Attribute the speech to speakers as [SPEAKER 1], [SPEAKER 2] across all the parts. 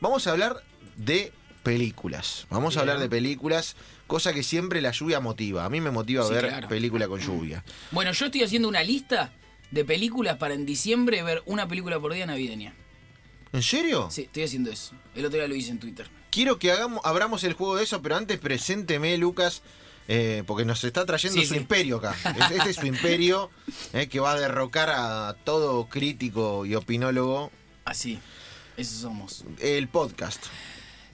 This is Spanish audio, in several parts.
[SPEAKER 1] Vamos a hablar de películas. Vamos a
[SPEAKER 2] Bien.
[SPEAKER 1] hablar de películas, cosa que siempre la lluvia motiva. A mí me motiva
[SPEAKER 2] Sí,
[SPEAKER 1] ver
[SPEAKER 2] claro.
[SPEAKER 1] película con lluvia.
[SPEAKER 2] Bueno, yo estoy haciendo una lista de películas para en diciembre ver una película por día navideña.
[SPEAKER 1] ¿En serio?
[SPEAKER 2] Sí, estoy haciendo eso. El otro día lo hice en Twitter.
[SPEAKER 1] Quiero que hagamos, abramos el juego de eso, pero antes presénteme, Lucas, eh, porque nos está trayendo
[SPEAKER 2] Sí,
[SPEAKER 1] su
[SPEAKER 2] sí.
[SPEAKER 1] imperio acá. Es- Este es su imperio eh, que va a derrocar a todo crítico y opinólogo
[SPEAKER 2] Así. Eso somos.
[SPEAKER 1] el podcast.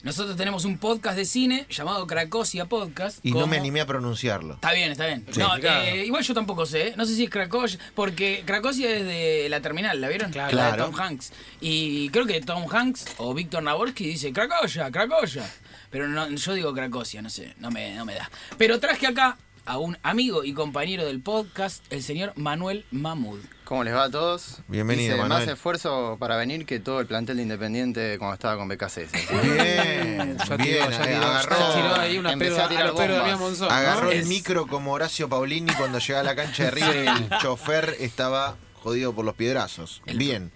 [SPEAKER 2] Nosotros tenemos un podcast de cine llamado Cracosia Podcast.
[SPEAKER 1] Y no
[SPEAKER 2] como-
[SPEAKER 1] me animé a pronunciarlo.
[SPEAKER 2] Está bien, está bien.
[SPEAKER 1] Sí.
[SPEAKER 2] No,
[SPEAKER 3] Claro.
[SPEAKER 2] eh, igual yo tampoco sé. ¿eh? No sé si es Cracosia, porque Cracosia es de la terminal, ¿la vieron?
[SPEAKER 3] Claro.
[SPEAKER 2] La de
[SPEAKER 1] Claro.
[SPEAKER 2] Tom Hanks. Y creo que Tom Hanks o Víctor Naborski dice Cracosia, Cracosia. Pero no, yo digo Cracosia, no sé, no me, no me da. Pero traje acá a un amigo y compañero del podcast, el señor Manuel Mahmoud.
[SPEAKER 4] ¿Cómo les va a todos?
[SPEAKER 1] Bienvenido,
[SPEAKER 4] Hice
[SPEAKER 1] Manuel.
[SPEAKER 4] más esfuerzo para venir que todo el plantel de Independiente cuando estaba con BKC.
[SPEAKER 1] Bien,
[SPEAKER 3] Ya tiró,
[SPEAKER 1] bien,
[SPEAKER 3] ya
[SPEAKER 1] eh,
[SPEAKER 3] tiró, ya
[SPEAKER 1] agarró.
[SPEAKER 3] tiró ahí una
[SPEAKER 4] Empezó
[SPEAKER 3] pero
[SPEAKER 4] a
[SPEAKER 3] a,
[SPEAKER 4] tirar
[SPEAKER 3] los perros de
[SPEAKER 4] bombas.
[SPEAKER 3] Damián Monzón. ¿no?
[SPEAKER 1] Agarró
[SPEAKER 2] Es-
[SPEAKER 1] el micro como Horacio Paulini cuando llegaba a la cancha de River y el chofer estaba jodido por los piedrazos.
[SPEAKER 2] El-
[SPEAKER 1] Bien,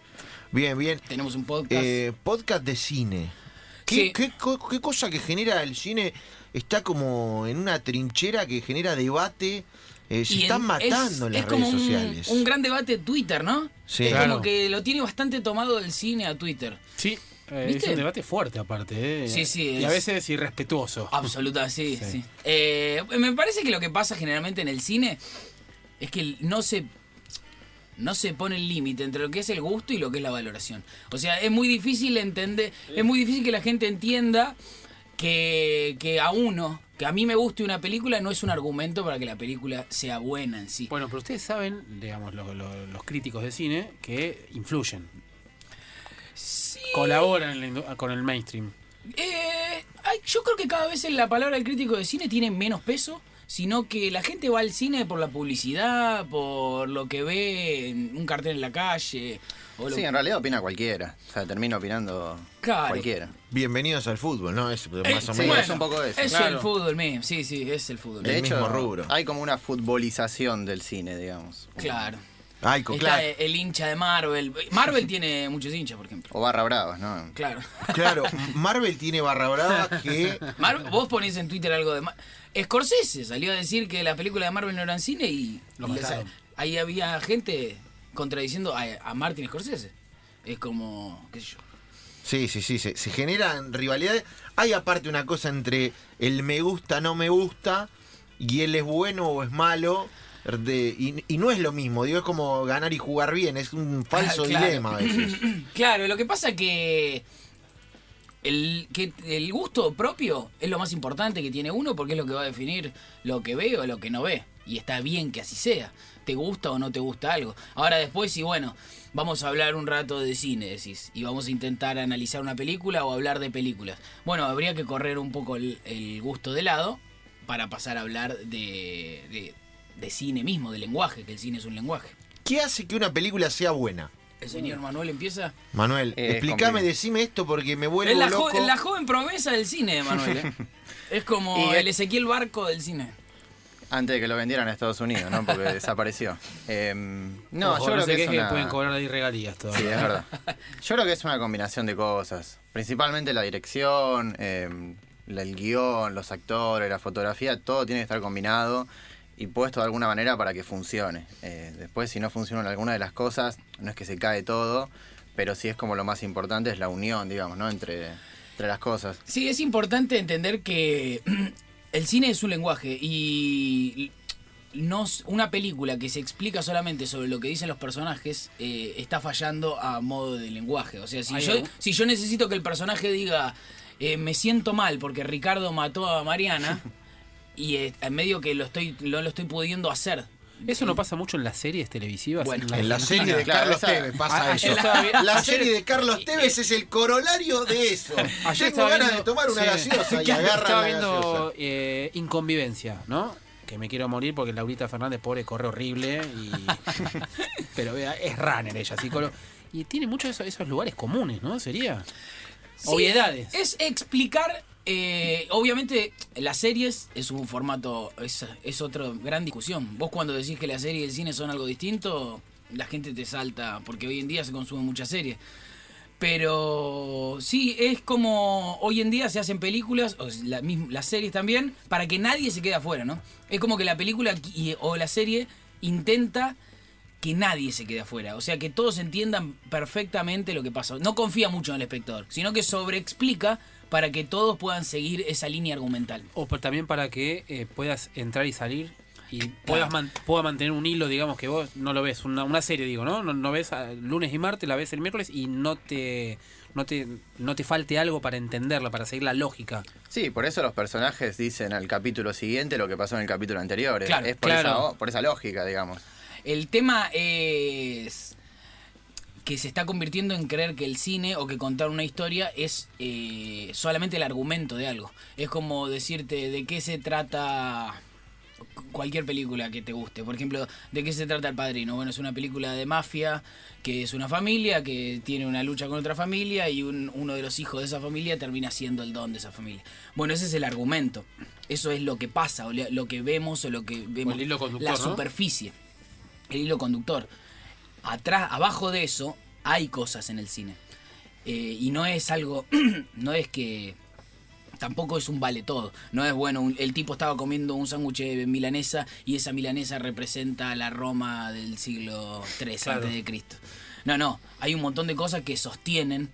[SPEAKER 1] bien, bien.
[SPEAKER 2] Tenemos un podcast.
[SPEAKER 1] Eh, podcast de cine. ¿Qué,
[SPEAKER 2] Sí.
[SPEAKER 1] qué co- qué cosa que genera el cine está como en una trinchera que genera debate? Eh, se
[SPEAKER 2] Y
[SPEAKER 1] están
[SPEAKER 2] en-
[SPEAKER 1] matando en las redes
[SPEAKER 2] un,
[SPEAKER 1] sociales.
[SPEAKER 2] un gran debate de Twitter, ¿no?
[SPEAKER 1] Sí.
[SPEAKER 2] Es
[SPEAKER 3] Claro.
[SPEAKER 2] como que lo tiene bastante tomado el cine a Twitter.
[SPEAKER 3] Sí, eh,
[SPEAKER 2] ¿Viste?
[SPEAKER 3] es un debate fuerte aparte. eh.
[SPEAKER 2] Sí, sí,
[SPEAKER 3] Y a
[SPEAKER 2] es-
[SPEAKER 3] veces irrespetuoso.
[SPEAKER 2] Absoluta, sí, sí.
[SPEAKER 3] Sí.
[SPEAKER 2] Eh, me parece que lo que pasa generalmente en el cine es que no se no se pone el límite entre lo que es el gusto y lo que es la valoración. O sea, es muy difícil entender, es muy difícil que la gente entienda que, que a uno, que a mí me guste una película, no es un argumento para que la película sea buena en sí.
[SPEAKER 3] Bueno, pero ustedes saben, digamos, lo- lo- los críticos de cine que influyen. Colaboran en la indu- con el mainstream.
[SPEAKER 2] Eh, ay, yo creo que cada vez en la palabra del crítico de cine tiene menos peso, sino que la gente va al cine por la publicidad, por lo que ve en un cartel en la calle. O lo
[SPEAKER 4] Sí, en realidad opina cualquiera. O sea, termina opinando
[SPEAKER 2] Claro.
[SPEAKER 4] cualquiera.
[SPEAKER 1] Bienvenidos al fútbol, ¿no? Es
[SPEAKER 2] Eh,
[SPEAKER 1] más o
[SPEAKER 2] sí,
[SPEAKER 1] menos.
[SPEAKER 2] bueno,
[SPEAKER 4] es un poco eso, Eh,
[SPEAKER 2] Es
[SPEAKER 3] claro.
[SPEAKER 2] el fútbol mismo, sí, sí, es el fútbol.
[SPEAKER 1] El
[SPEAKER 4] De hecho,
[SPEAKER 1] mismo rubro.
[SPEAKER 4] hay como una futbolización del cine, digamos.
[SPEAKER 2] Claro.
[SPEAKER 1] Ay, con-
[SPEAKER 2] Está
[SPEAKER 1] claro,
[SPEAKER 2] el, el hincha de Marvel. Marvel tiene muchos hinchas, por ejemplo.
[SPEAKER 4] O barra bravas, ¿no?
[SPEAKER 2] Claro.
[SPEAKER 1] claro, Marvel tiene barra brava que
[SPEAKER 2] Mar- vos ponés en Twitter algo de... Mar- Scorsese salió a decir que las películas de Marvel no eran cine y...
[SPEAKER 3] Lo
[SPEAKER 2] y
[SPEAKER 3] mataron.
[SPEAKER 2] esa- ahí había gente contradiciendo a, a Martin Scorsese. Es como... qué sé yo.
[SPEAKER 1] Sí, sí, sí, se, se generan rivalidades. Hay aparte una cosa entre el me gusta, no me gusta, y él es bueno o es malo, de- y, y no es lo mismo, digo, es como ganar y jugar bien, es un falso
[SPEAKER 2] Ah, claro.
[SPEAKER 1] dilema a veces.
[SPEAKER 2] Claro, lo que pasa que... El, que el gusto propio es lo más importante que tiene uno porque es lo que va a definir lo que ve o lo que no ve. Y está bien que así sea. Te gusta o no te gusta algo. Ahora después, si bueno, vamos a hablar un rato de cine, decís. Y vamos a intentar analizar una película o hablar de películas. Bueno, habría que correr un poco el, el gusto de lado para pasar a hablar de, de, de cine mismo, de lenguaje, que el cine es un lenguaje.
[SPEAKER 1] ¿Qué hace que una película sea buena?
[SPEAKER 2] El señor Manuel empieza...
[SPEAKER 1] Manuel,
[SPEAKER 4] Eh,
[SPEAKER 1] explícame,
[SPEAKER 4] compli-
[SPEAKER 1] decime esto porque me vuelvo
[SPEAKER 2] Es la, jo-
[SPEAKER 1] loco.
[SPEAKER 2] es la joven promesa del cine de Manuel. ¿eh? es como
[SPEAKER 4] Y
[SPEAKER 2] el
[SPEAKER 4] es-
[SPEAKER 2] Ezequiel Barco del cine.
[SPEAKER 4] Antes de que lo vendieran a Estados Unidos, ¿no? Porque desapareció. Em, no,
[SPEAKER 3] Ojo,
[SPEAKER 4] yo creo
[SPEAKER 3] se
[SPEAKER 4] que es
[SPEAKER 3] quejen,
[SPEAKER 4] una...
[SPEAKER 3] pueden cobrar ahí regalías
[SPEAKER 4] Sí,
[SPEAKER 3] todavía.
[SPEAKER 4] es verdad. Yo creo que es una combinación de cosas. Principalmente la dirección, eh, la- el guión, los actores, la fotografía, todo tiene que estar combinado y puesto de alguna manera para que funcione. Eh, después, si no funcionan alguna de las cosas, no es que se cae todo, pero sí es como lo más importante, es la unión, digamos, ¿no? Entre, entre las cosas.
[SPEAKER 2] Sí, es importante entender que el cine es un lenguaje y no s- una película que se explica solamente sobre lo que dicen los personajes eh, está fallando a modo de lenguaje. O sea, si
[SPEAKER 3] ¿Hay
[SPEAKER 2] yo,
[SPEAKER 3] algún?
[SPEAKER 2] si yo necesito que el personaje diga eh, me siento mal porque Ricardo mató a Mariana y eh, medio que lo estoy, no lo estoy pudiendo hacer.
[SPEAKER 3] Eso no pasa mucho en las series televisivas.
[SPEAKER 2] Bueno,
[SPEAKER 1] En la serie de
[SPEAKER 4] Claro,
[SPEAKER 1] Carlos
[SPEAKER 4] esa-
[SPEAKER 1] Tevez pasa
[SPEAKER 3] Ah,
[SPEAKER 1] eso.
[SPEAKER 3] yo estaba vi-
[SPEAKER 1] La
[SPEAKER 3] ayer-
[SPEAKER 1] serie de Carlos Tevez es el corolario de eso. Tengo
[SPEAKER 3] estaba
[SPEAKER 1] ganas
[SPEAKER 3] viendo-
[SPEAKER 1] de tomar una
[SPEAKER 3] sí.
[SPEAKER 1] gaseosa y
[SPEAKER 3] Claro,
[SPEAKER 1] agarra
[SPEAKER 3] Estaba
[SPEAKER 1] la
[SPEAKER 3] viendo
[SPEAKER 1] gaseosa.
[SPEAKER 3] eh, Inconvivencia, ¿no? Que me quiero morir porque Laurita Fernández, pobre, corre horrible. Y... Pero vea, es runner ella, psicólogo. Y tiene muchos de esos, esos lugares comunes, ¿no? Sería.
[SPEAKER 2] Sí,
[SPEAKER 3] Obviedades.
[SPEAKER 2] Es explicar. eh, obviamente, las series es un formato. Es, es otra gran discusión. Vos, cuando decís que la serie y el cine son algo distinto, la gente te salta. Porque hoy en día se consumen muchas series. Pero sí, es como hoy en día se hacen películas, o la mis- las series también, para que nadie se quede afuera, ¿no? Es como que la película qui- o la serie intenta que nadie se quede afuera. O sea, que todos entiendan perfectamente lo que pasó. No confía mucho en el espectador, sino que sobreexplica para que todos puedan seguir esa línea argumental.
[SPEAKER 3] O por- también para que eh, puedas entrar y salir y puedas man- pueda mantener un hilo, digamos, que vos no lo ves, una, una serie, digo, ¿no? ¿no? no ves ah, lunes y martes, la ves el miércoles y no te, no te no te falte algo para entenderla, para seguir la lógica.
[SPEAKER 4] Sí, por eso los personajes dicen al capítulo siguiente lo que pasó en el capítulo anterior.
[SPEAKER 2] Claro,
[SPEAKER 4] es por,
[SPEAKER 3] claro.
[SPEAKER 4] esa, por esa lógica, digamos.
[SPEAKER 2] El tema es que se está convirtiendo en creer que el cine o que contar una historia es eh, solamente el argumento de algo. Es como decirte de qué se trata cu- cualquier película que te guste. Por ejemplo, ¿de qué se trata El Padrino? Bueno, es una película de mafia, que es una familia, que tiene una lucha con otra familia y un- uno de los hijos de esa familia termina siendo el don de esa familia. Bueno, ese es el argumento. Eso es lo que pasa, o le- lo que vemos o lo que vemos.
[SPEAKER 3] el hilo conductor,
[SPEAKER 2] la
[SPEAKER 3] ¿no?
[SPEAKER 2] superficie, el hilo conductor. Atrás, abajo de eso, hay cosas en el cine. Eh, y no es algo, no es que tampoco es un vale todo. No es bueno, un- el tipo estaba comiendo un sándwich de milanesa y esa milanesa representa la Roma del siglo III
[SPEAKER 3] Claro.
[SPEAKER 2] antes de Cristo. No, no, hay un montón de cosas que sostienen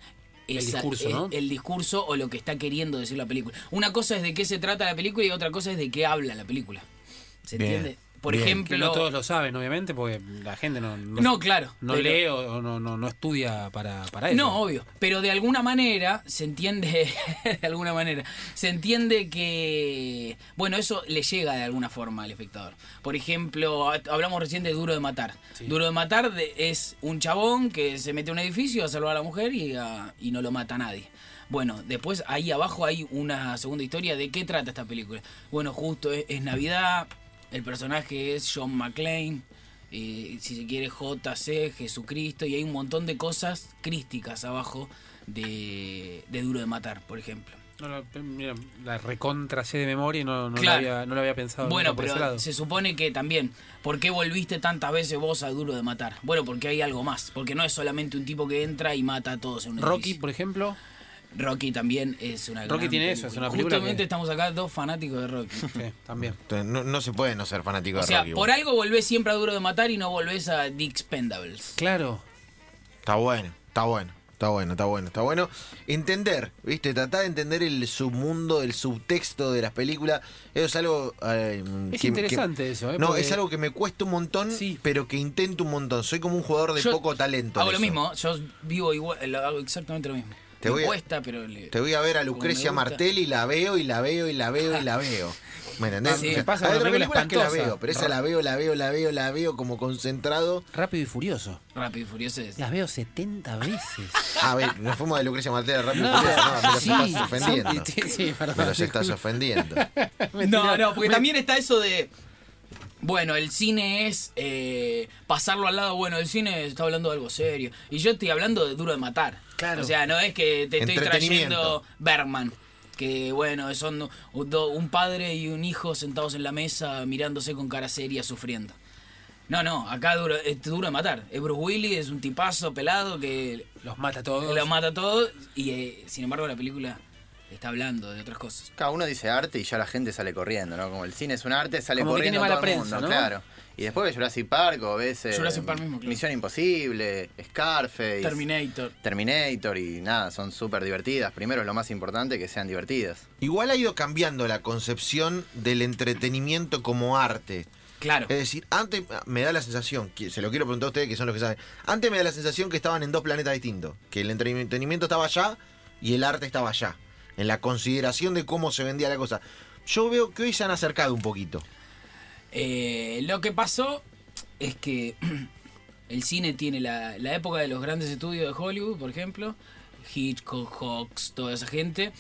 [SPEAKER 3] El
[SPEAKER 2] esa-
[SPEAKER 3] discurso,
[SPEAKER 2] el-
[SPEAKER 3] ¿no?
[SPEAKER 2] el discurso o lo que está queriendo decir la película. Una cosa es de qué se trata la película y otra cosa es de qué habla la película. ¿Se
[SPEAKER 1] Bien,
[SPEAKER 2] entiende? Por
[SPEAKER 1] bien.
[SPEAKER 3] Que
[SPEAKER 2] ejemplo,
[SPEAKER 3] no todos lo saben, obviamente, porque la gente no... No,
[SPEAKER 2] No, claro,
[SPEAKER 3] No
[SPEAKER 2] pero-
[SPEAKER 3] lee o o no, no, no estudia para, para eso.
[SPEAKER 2] No, obvio. Pero de alguna manera se entiende. de alguna manera. Se entiende que. Bueno, eso le llega de alguna forma al espectador. Por ejemplo, ha- hablamos recién de Duro de Matar. Duro de Matar de- es un chabón que se mete a un edificio a salvar a la mujer y, a- y no lo mata a nadie. Bueno, después ahí abajo hay una segunda historia de qué trata esta película. Bueno, justo es, es Navidad, el personaje es John McClane, eh, si se quiere JC, Jesucristo, y hay un montón de cosas crísticas abajo de, de Duro de Matar, por ejemplo.
[SPEAKER 3] No, no, mira, la recontra sé de memoria y no, no,
[SPEAKER 2] Claro.
[SPEAKER 3] lo, había, no lo había pensado.
[SPEAKER 2] Bueno,
[SPEAKER 3] nunca por ese
[SPEAKER 2] pero
[SPEAKER 3] lado.
[SPEAKER 2] se supone que también, ¿por qué volviste tantas veces vos a Duro de Matar? Bueno, porque hay algo más, porque no es solamente un tipo que entra y mata a todos en un
[SPEAKER 3] Rocky,
[SPEAKER 2] edificio.
[SPEAKER 3] por ejemplo.
[SPEAKER 2] Rocky también es una
[SPEAKER 3] Rocky
[SPEAKER 2] gran
[SPEAKER 3] tiene eso, es una película
[SPEAKER 2] Justamente
[SPEAKER 3] que-
[SPEAKER 2] estamos acá dos fanáticos de Rocky.
[SPEAKER 3] Sí, también.
[SPEAKER 1] No, no se puede no ser fanático
[SPEAKER 2] O
[SPEAKER 1] de
[SPEAKER 2] sea,
[SPEAKER 1] Rocky.
[SPEAKER 2] por
[SPEAKER 1] vos.
[SPEAKER 2] algo volvés siempre a Duro de Matar y no volvés a The Expendables.
[SPEAKER 3] Claro.
[SPEAKER 1] Está bueno, está bueno, está bueno, está bueno, está bueno. Entender, ¿viste? Tratar de entender el submundo, el subtexto de las películas. Eso es algo. eh,
[SPEAKER 3] Es interesante eso, ¿eh?
[SPEAKER 1] No,
[SPEAKER 3] Porque-
[SPEAKER 1] es algo que me cuesta un montón,
[SPEAKER 3] Sí.
[SPEAKER 1] pero que intento un montón. Soy como un jugador de
[SPEAKER 2] Yo
[SPEAKER 1] poco talento. en
[SPEAKER 2] Hago lo
[SPEAKER 1] eso.
[SPEAKER 2] mismo, yo vivo igual, lo hago exactamente lo mismo.
[SPEAKER 1] Te
[SPEAKER 2] Me
[SPEAKER 1] voy a-
[SPEAKER 2] cuesta, pero le-
[SPEAKER 1] Te voy a ver a Lucrecia
[SPEAKER 2] Como me gusta.
[SPEAKER 1] Martel y la veo y la veo y la veo y la veo. ¿Me entendés?
[SPEAKER 2] Sí.
[SPEAKER 1] O sea,
[SPEAKER 3] Pasa con
[SPEAKER 1] hay
[SPEAKER 3] una
[SPEAKER 1] otras
[SPEAKER 3] película
[SPEAKER 1] películas que la
[SPEAKER 3] espantosa.
[SPEAKER 1] veo, pero esa la veo, la veo, la veo, la veo como concentrado.
[SPEAKER 3] Rápido y furioso.
[SPEAKER 2] Rápido y Furioso es...
[SPEAKER 3] Las veo 70 veces.
[SPEAKER 1] A ver, nos fuimos de Lucrecia Martel a rápido. y Furioso, No, me los estás ofendiendo.
[SPEAKER 3] Sí, sí, perdón.
[SPEAKER 1] Me los estás ofendiendo.
[SPEAKER 2] No, no, porque también está eso de. Bueno, el cine es eh, pasarlo al lado bueno. El cine está hablando de algo serio. Y yo estoy hablando de duro de matar.
[SPEAKER 3] Claro.
[SPEAKER 2] O sea, no es que te estoy
[SPEAKER 1] Entretenimiento.
[SPEAKER 2] trayendo Berman. Que bueno, son un do- un padre y un hijo sentados en la mesa mirándose con cara seria, sufriendo. No, no, acá duro, es duro de matar. Es Bruce Willis, es un tipazo pelado que
[SPEAKER 3] Los mata a todos.
[SPEAKER 2] lo mata todo. Y eh, sin embargo, la película está hablando de otras cosas.
[SPEAKER 4] Cada uno dice arte y ya la gente sale corriendo, ¿no? Como el cine es un arte, sale
[SPEAKER 3] Como que
[SPEAKER 4] corriendo
[SPEAKER 3] tiene mala
[SPEAKER 4] todo el mundo,
[SPEAKER 3] prensa, ¿no?
[SPEAKER 4] claro. Y después ves Jurassic Park o ves eh,
[SPEAKER 2] Jurassic Park mismo, claro.
[SPEAKER 4] Misión Imposible, Scarface,
[SPEAKER 2] Terminator.
[SPEAKER 4] Terminator y nada, son súper divertidas. Primero es lo más importante, que sean divertidas.
[SPEAKER 1] Igual ha ido cambiando la concepción del entretenimiento como arte.
[SPEAKER 2] Claro.
[SPEAKER 1] Es decir, antes me da la sensación, que se lo quiero preguntar a ustedes que son los que saben, antes me da la sensación que estaban en dos planetas distintos, que el entretenimiento estaba allá y el arte estaba allá, en la consideración de cómo se vendía la cosa. Yo veo que hoy se han acercado un poquito.
[SPEAKER 2] Eh, lo que pasó es que el cine tiene la, la época de los grandes estudios de Hollywood, por ejemplo, Hitchcock, Hawks, toda esa gente.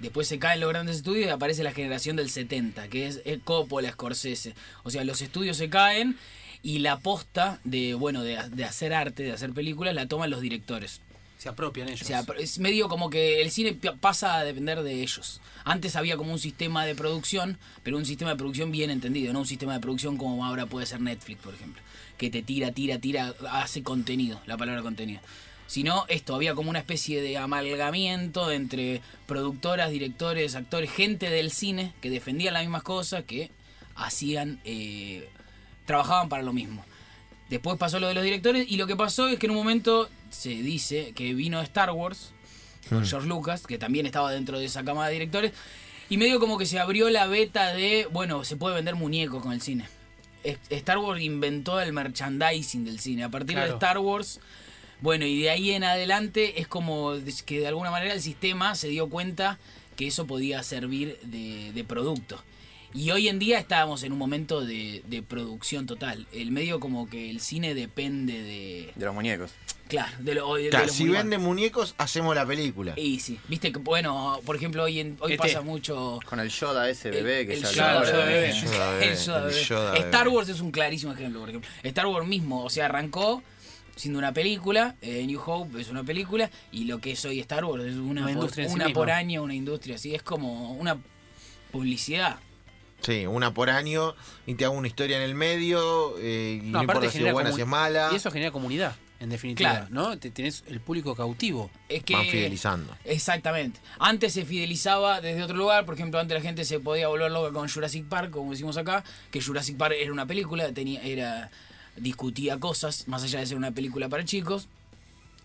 [SPEAKER 2] Después se caen los grandes estudios y aparece la generación del 70, que es eh, Coppola, Scorsese. O sea, los estudios se caen y la posta de, bueno, de, de hacer arte, de hacer películas, la toman los directores.
[SPEAKER 3] Se apropian ellos.
[SPEAKER 2] O sea, pero es medio como que el cine pi- pasa a depender de ellos. Antes había como un sistema de producción, pero un sistema de producción bien entendido, no un sistema de producción como ahora puede ser Netflix, por ejemplo, que te tira, tira, tira, hace contenido, la palabra contenido. sino esto, había como una especie de amalgamiento entre productoras, directores, actores, gente del cine que defendían las mismas cosas, que hacían, eh, trabajaban para lo mismo. Después pasó lo de los directores y lo que pasó es que en un momento se dice que vino Star Wars con George Lucas, que también estaba dentro de esa cama de directores, y medio como que se abrió la beta de, bueno, se puede vender muñecos con el cine. Es- Star Wars inventó el merchandising del cine. A partir de
[SPEAKER 3] Claro.
[SPEAKER 2] Star Wars, bueno, y de ahí en adelante es como que de alguna manera el sistema se dio cuenta que eso podía servir de, de producto. Y hoy en día estábamos en un momento de, de producción total. El medio como que el cine depende de...
[SPEAKER 4] de los muñecos.
[SPEAKER 2] Claro, de, lo, de- de
[SPEAKER 1] Claro,
[SPEAKER 2] los
[SPEAKER 1] si
[SPEAKER 2] muñecos.
[SPEAKER 1] venden muñecos, hacemos la película.
[SPEAKER 2] Y sí, viste que, bueno, por ejemplo, hoy, en-
[SPEAKER 1] Este
[SPEAKER 2] hoy
[SPEAKER 3] ET.
[SPEAKER 2] pasa mucho...
[SPEAKER 4] Con el Yoda ese bebé que
[SPEAKER 2] el
[SPEAKER 4] salió
[SPEAKER 2] Yoda,
[SPEAKER 4] ahora.
[SPEAKER 3] Yoda bebé.
[SPEAKER 1] El Yoda bebé,
[SPEAKER 2] El Yoda
[SPEAKER 1] el
[SPEAKER 2] bebé.
[SPEAKER 1] Yoda bebé.
[SPEAKER 2] Star Wars es un clarísimo ejemplo, por ejemplo. Star Wars mismo, o sea, arrancó siendo una película, eh, New Hope es una película, y lo que es hoy Star Wars es una,
[SPEAKER 3] Una
[SPEAKER 2] por,
[SPEAKER 3] industria en sí
[SPEAKER 2] una
[SPEAKER 3] misma.
[SPEAKER 2] por año, una industria, así es como una publicidad.
[SPEAKER 1] Sí, una por año y te hago una historia en el medio eh, y no, importa si es
[SPEAKER 3] genera
[SPEAKER 1] buena,
[SPEAKER 3] comu-
[SPEAKER 1] si es mala.
[SPEAKER 3] Y eso genera comunidad, en definitiva,
[SPEAKER 2] Claro.
[SPEAKER 3] ¿no? Te- tenés el público cautivo.
[SPEAKER 2] Es que
[SPEAKER 1] Van fidelizando.
[SPEAKER 2] Exactamente. Antes se fidelizaba desde otro lugar, por ejemplo, antes la gente se podía volver loca con Jurassic Park, como decimos acá, que Jurassic Park era una película, tenía, era, discutía cosas, más allá de ser una película para chicos.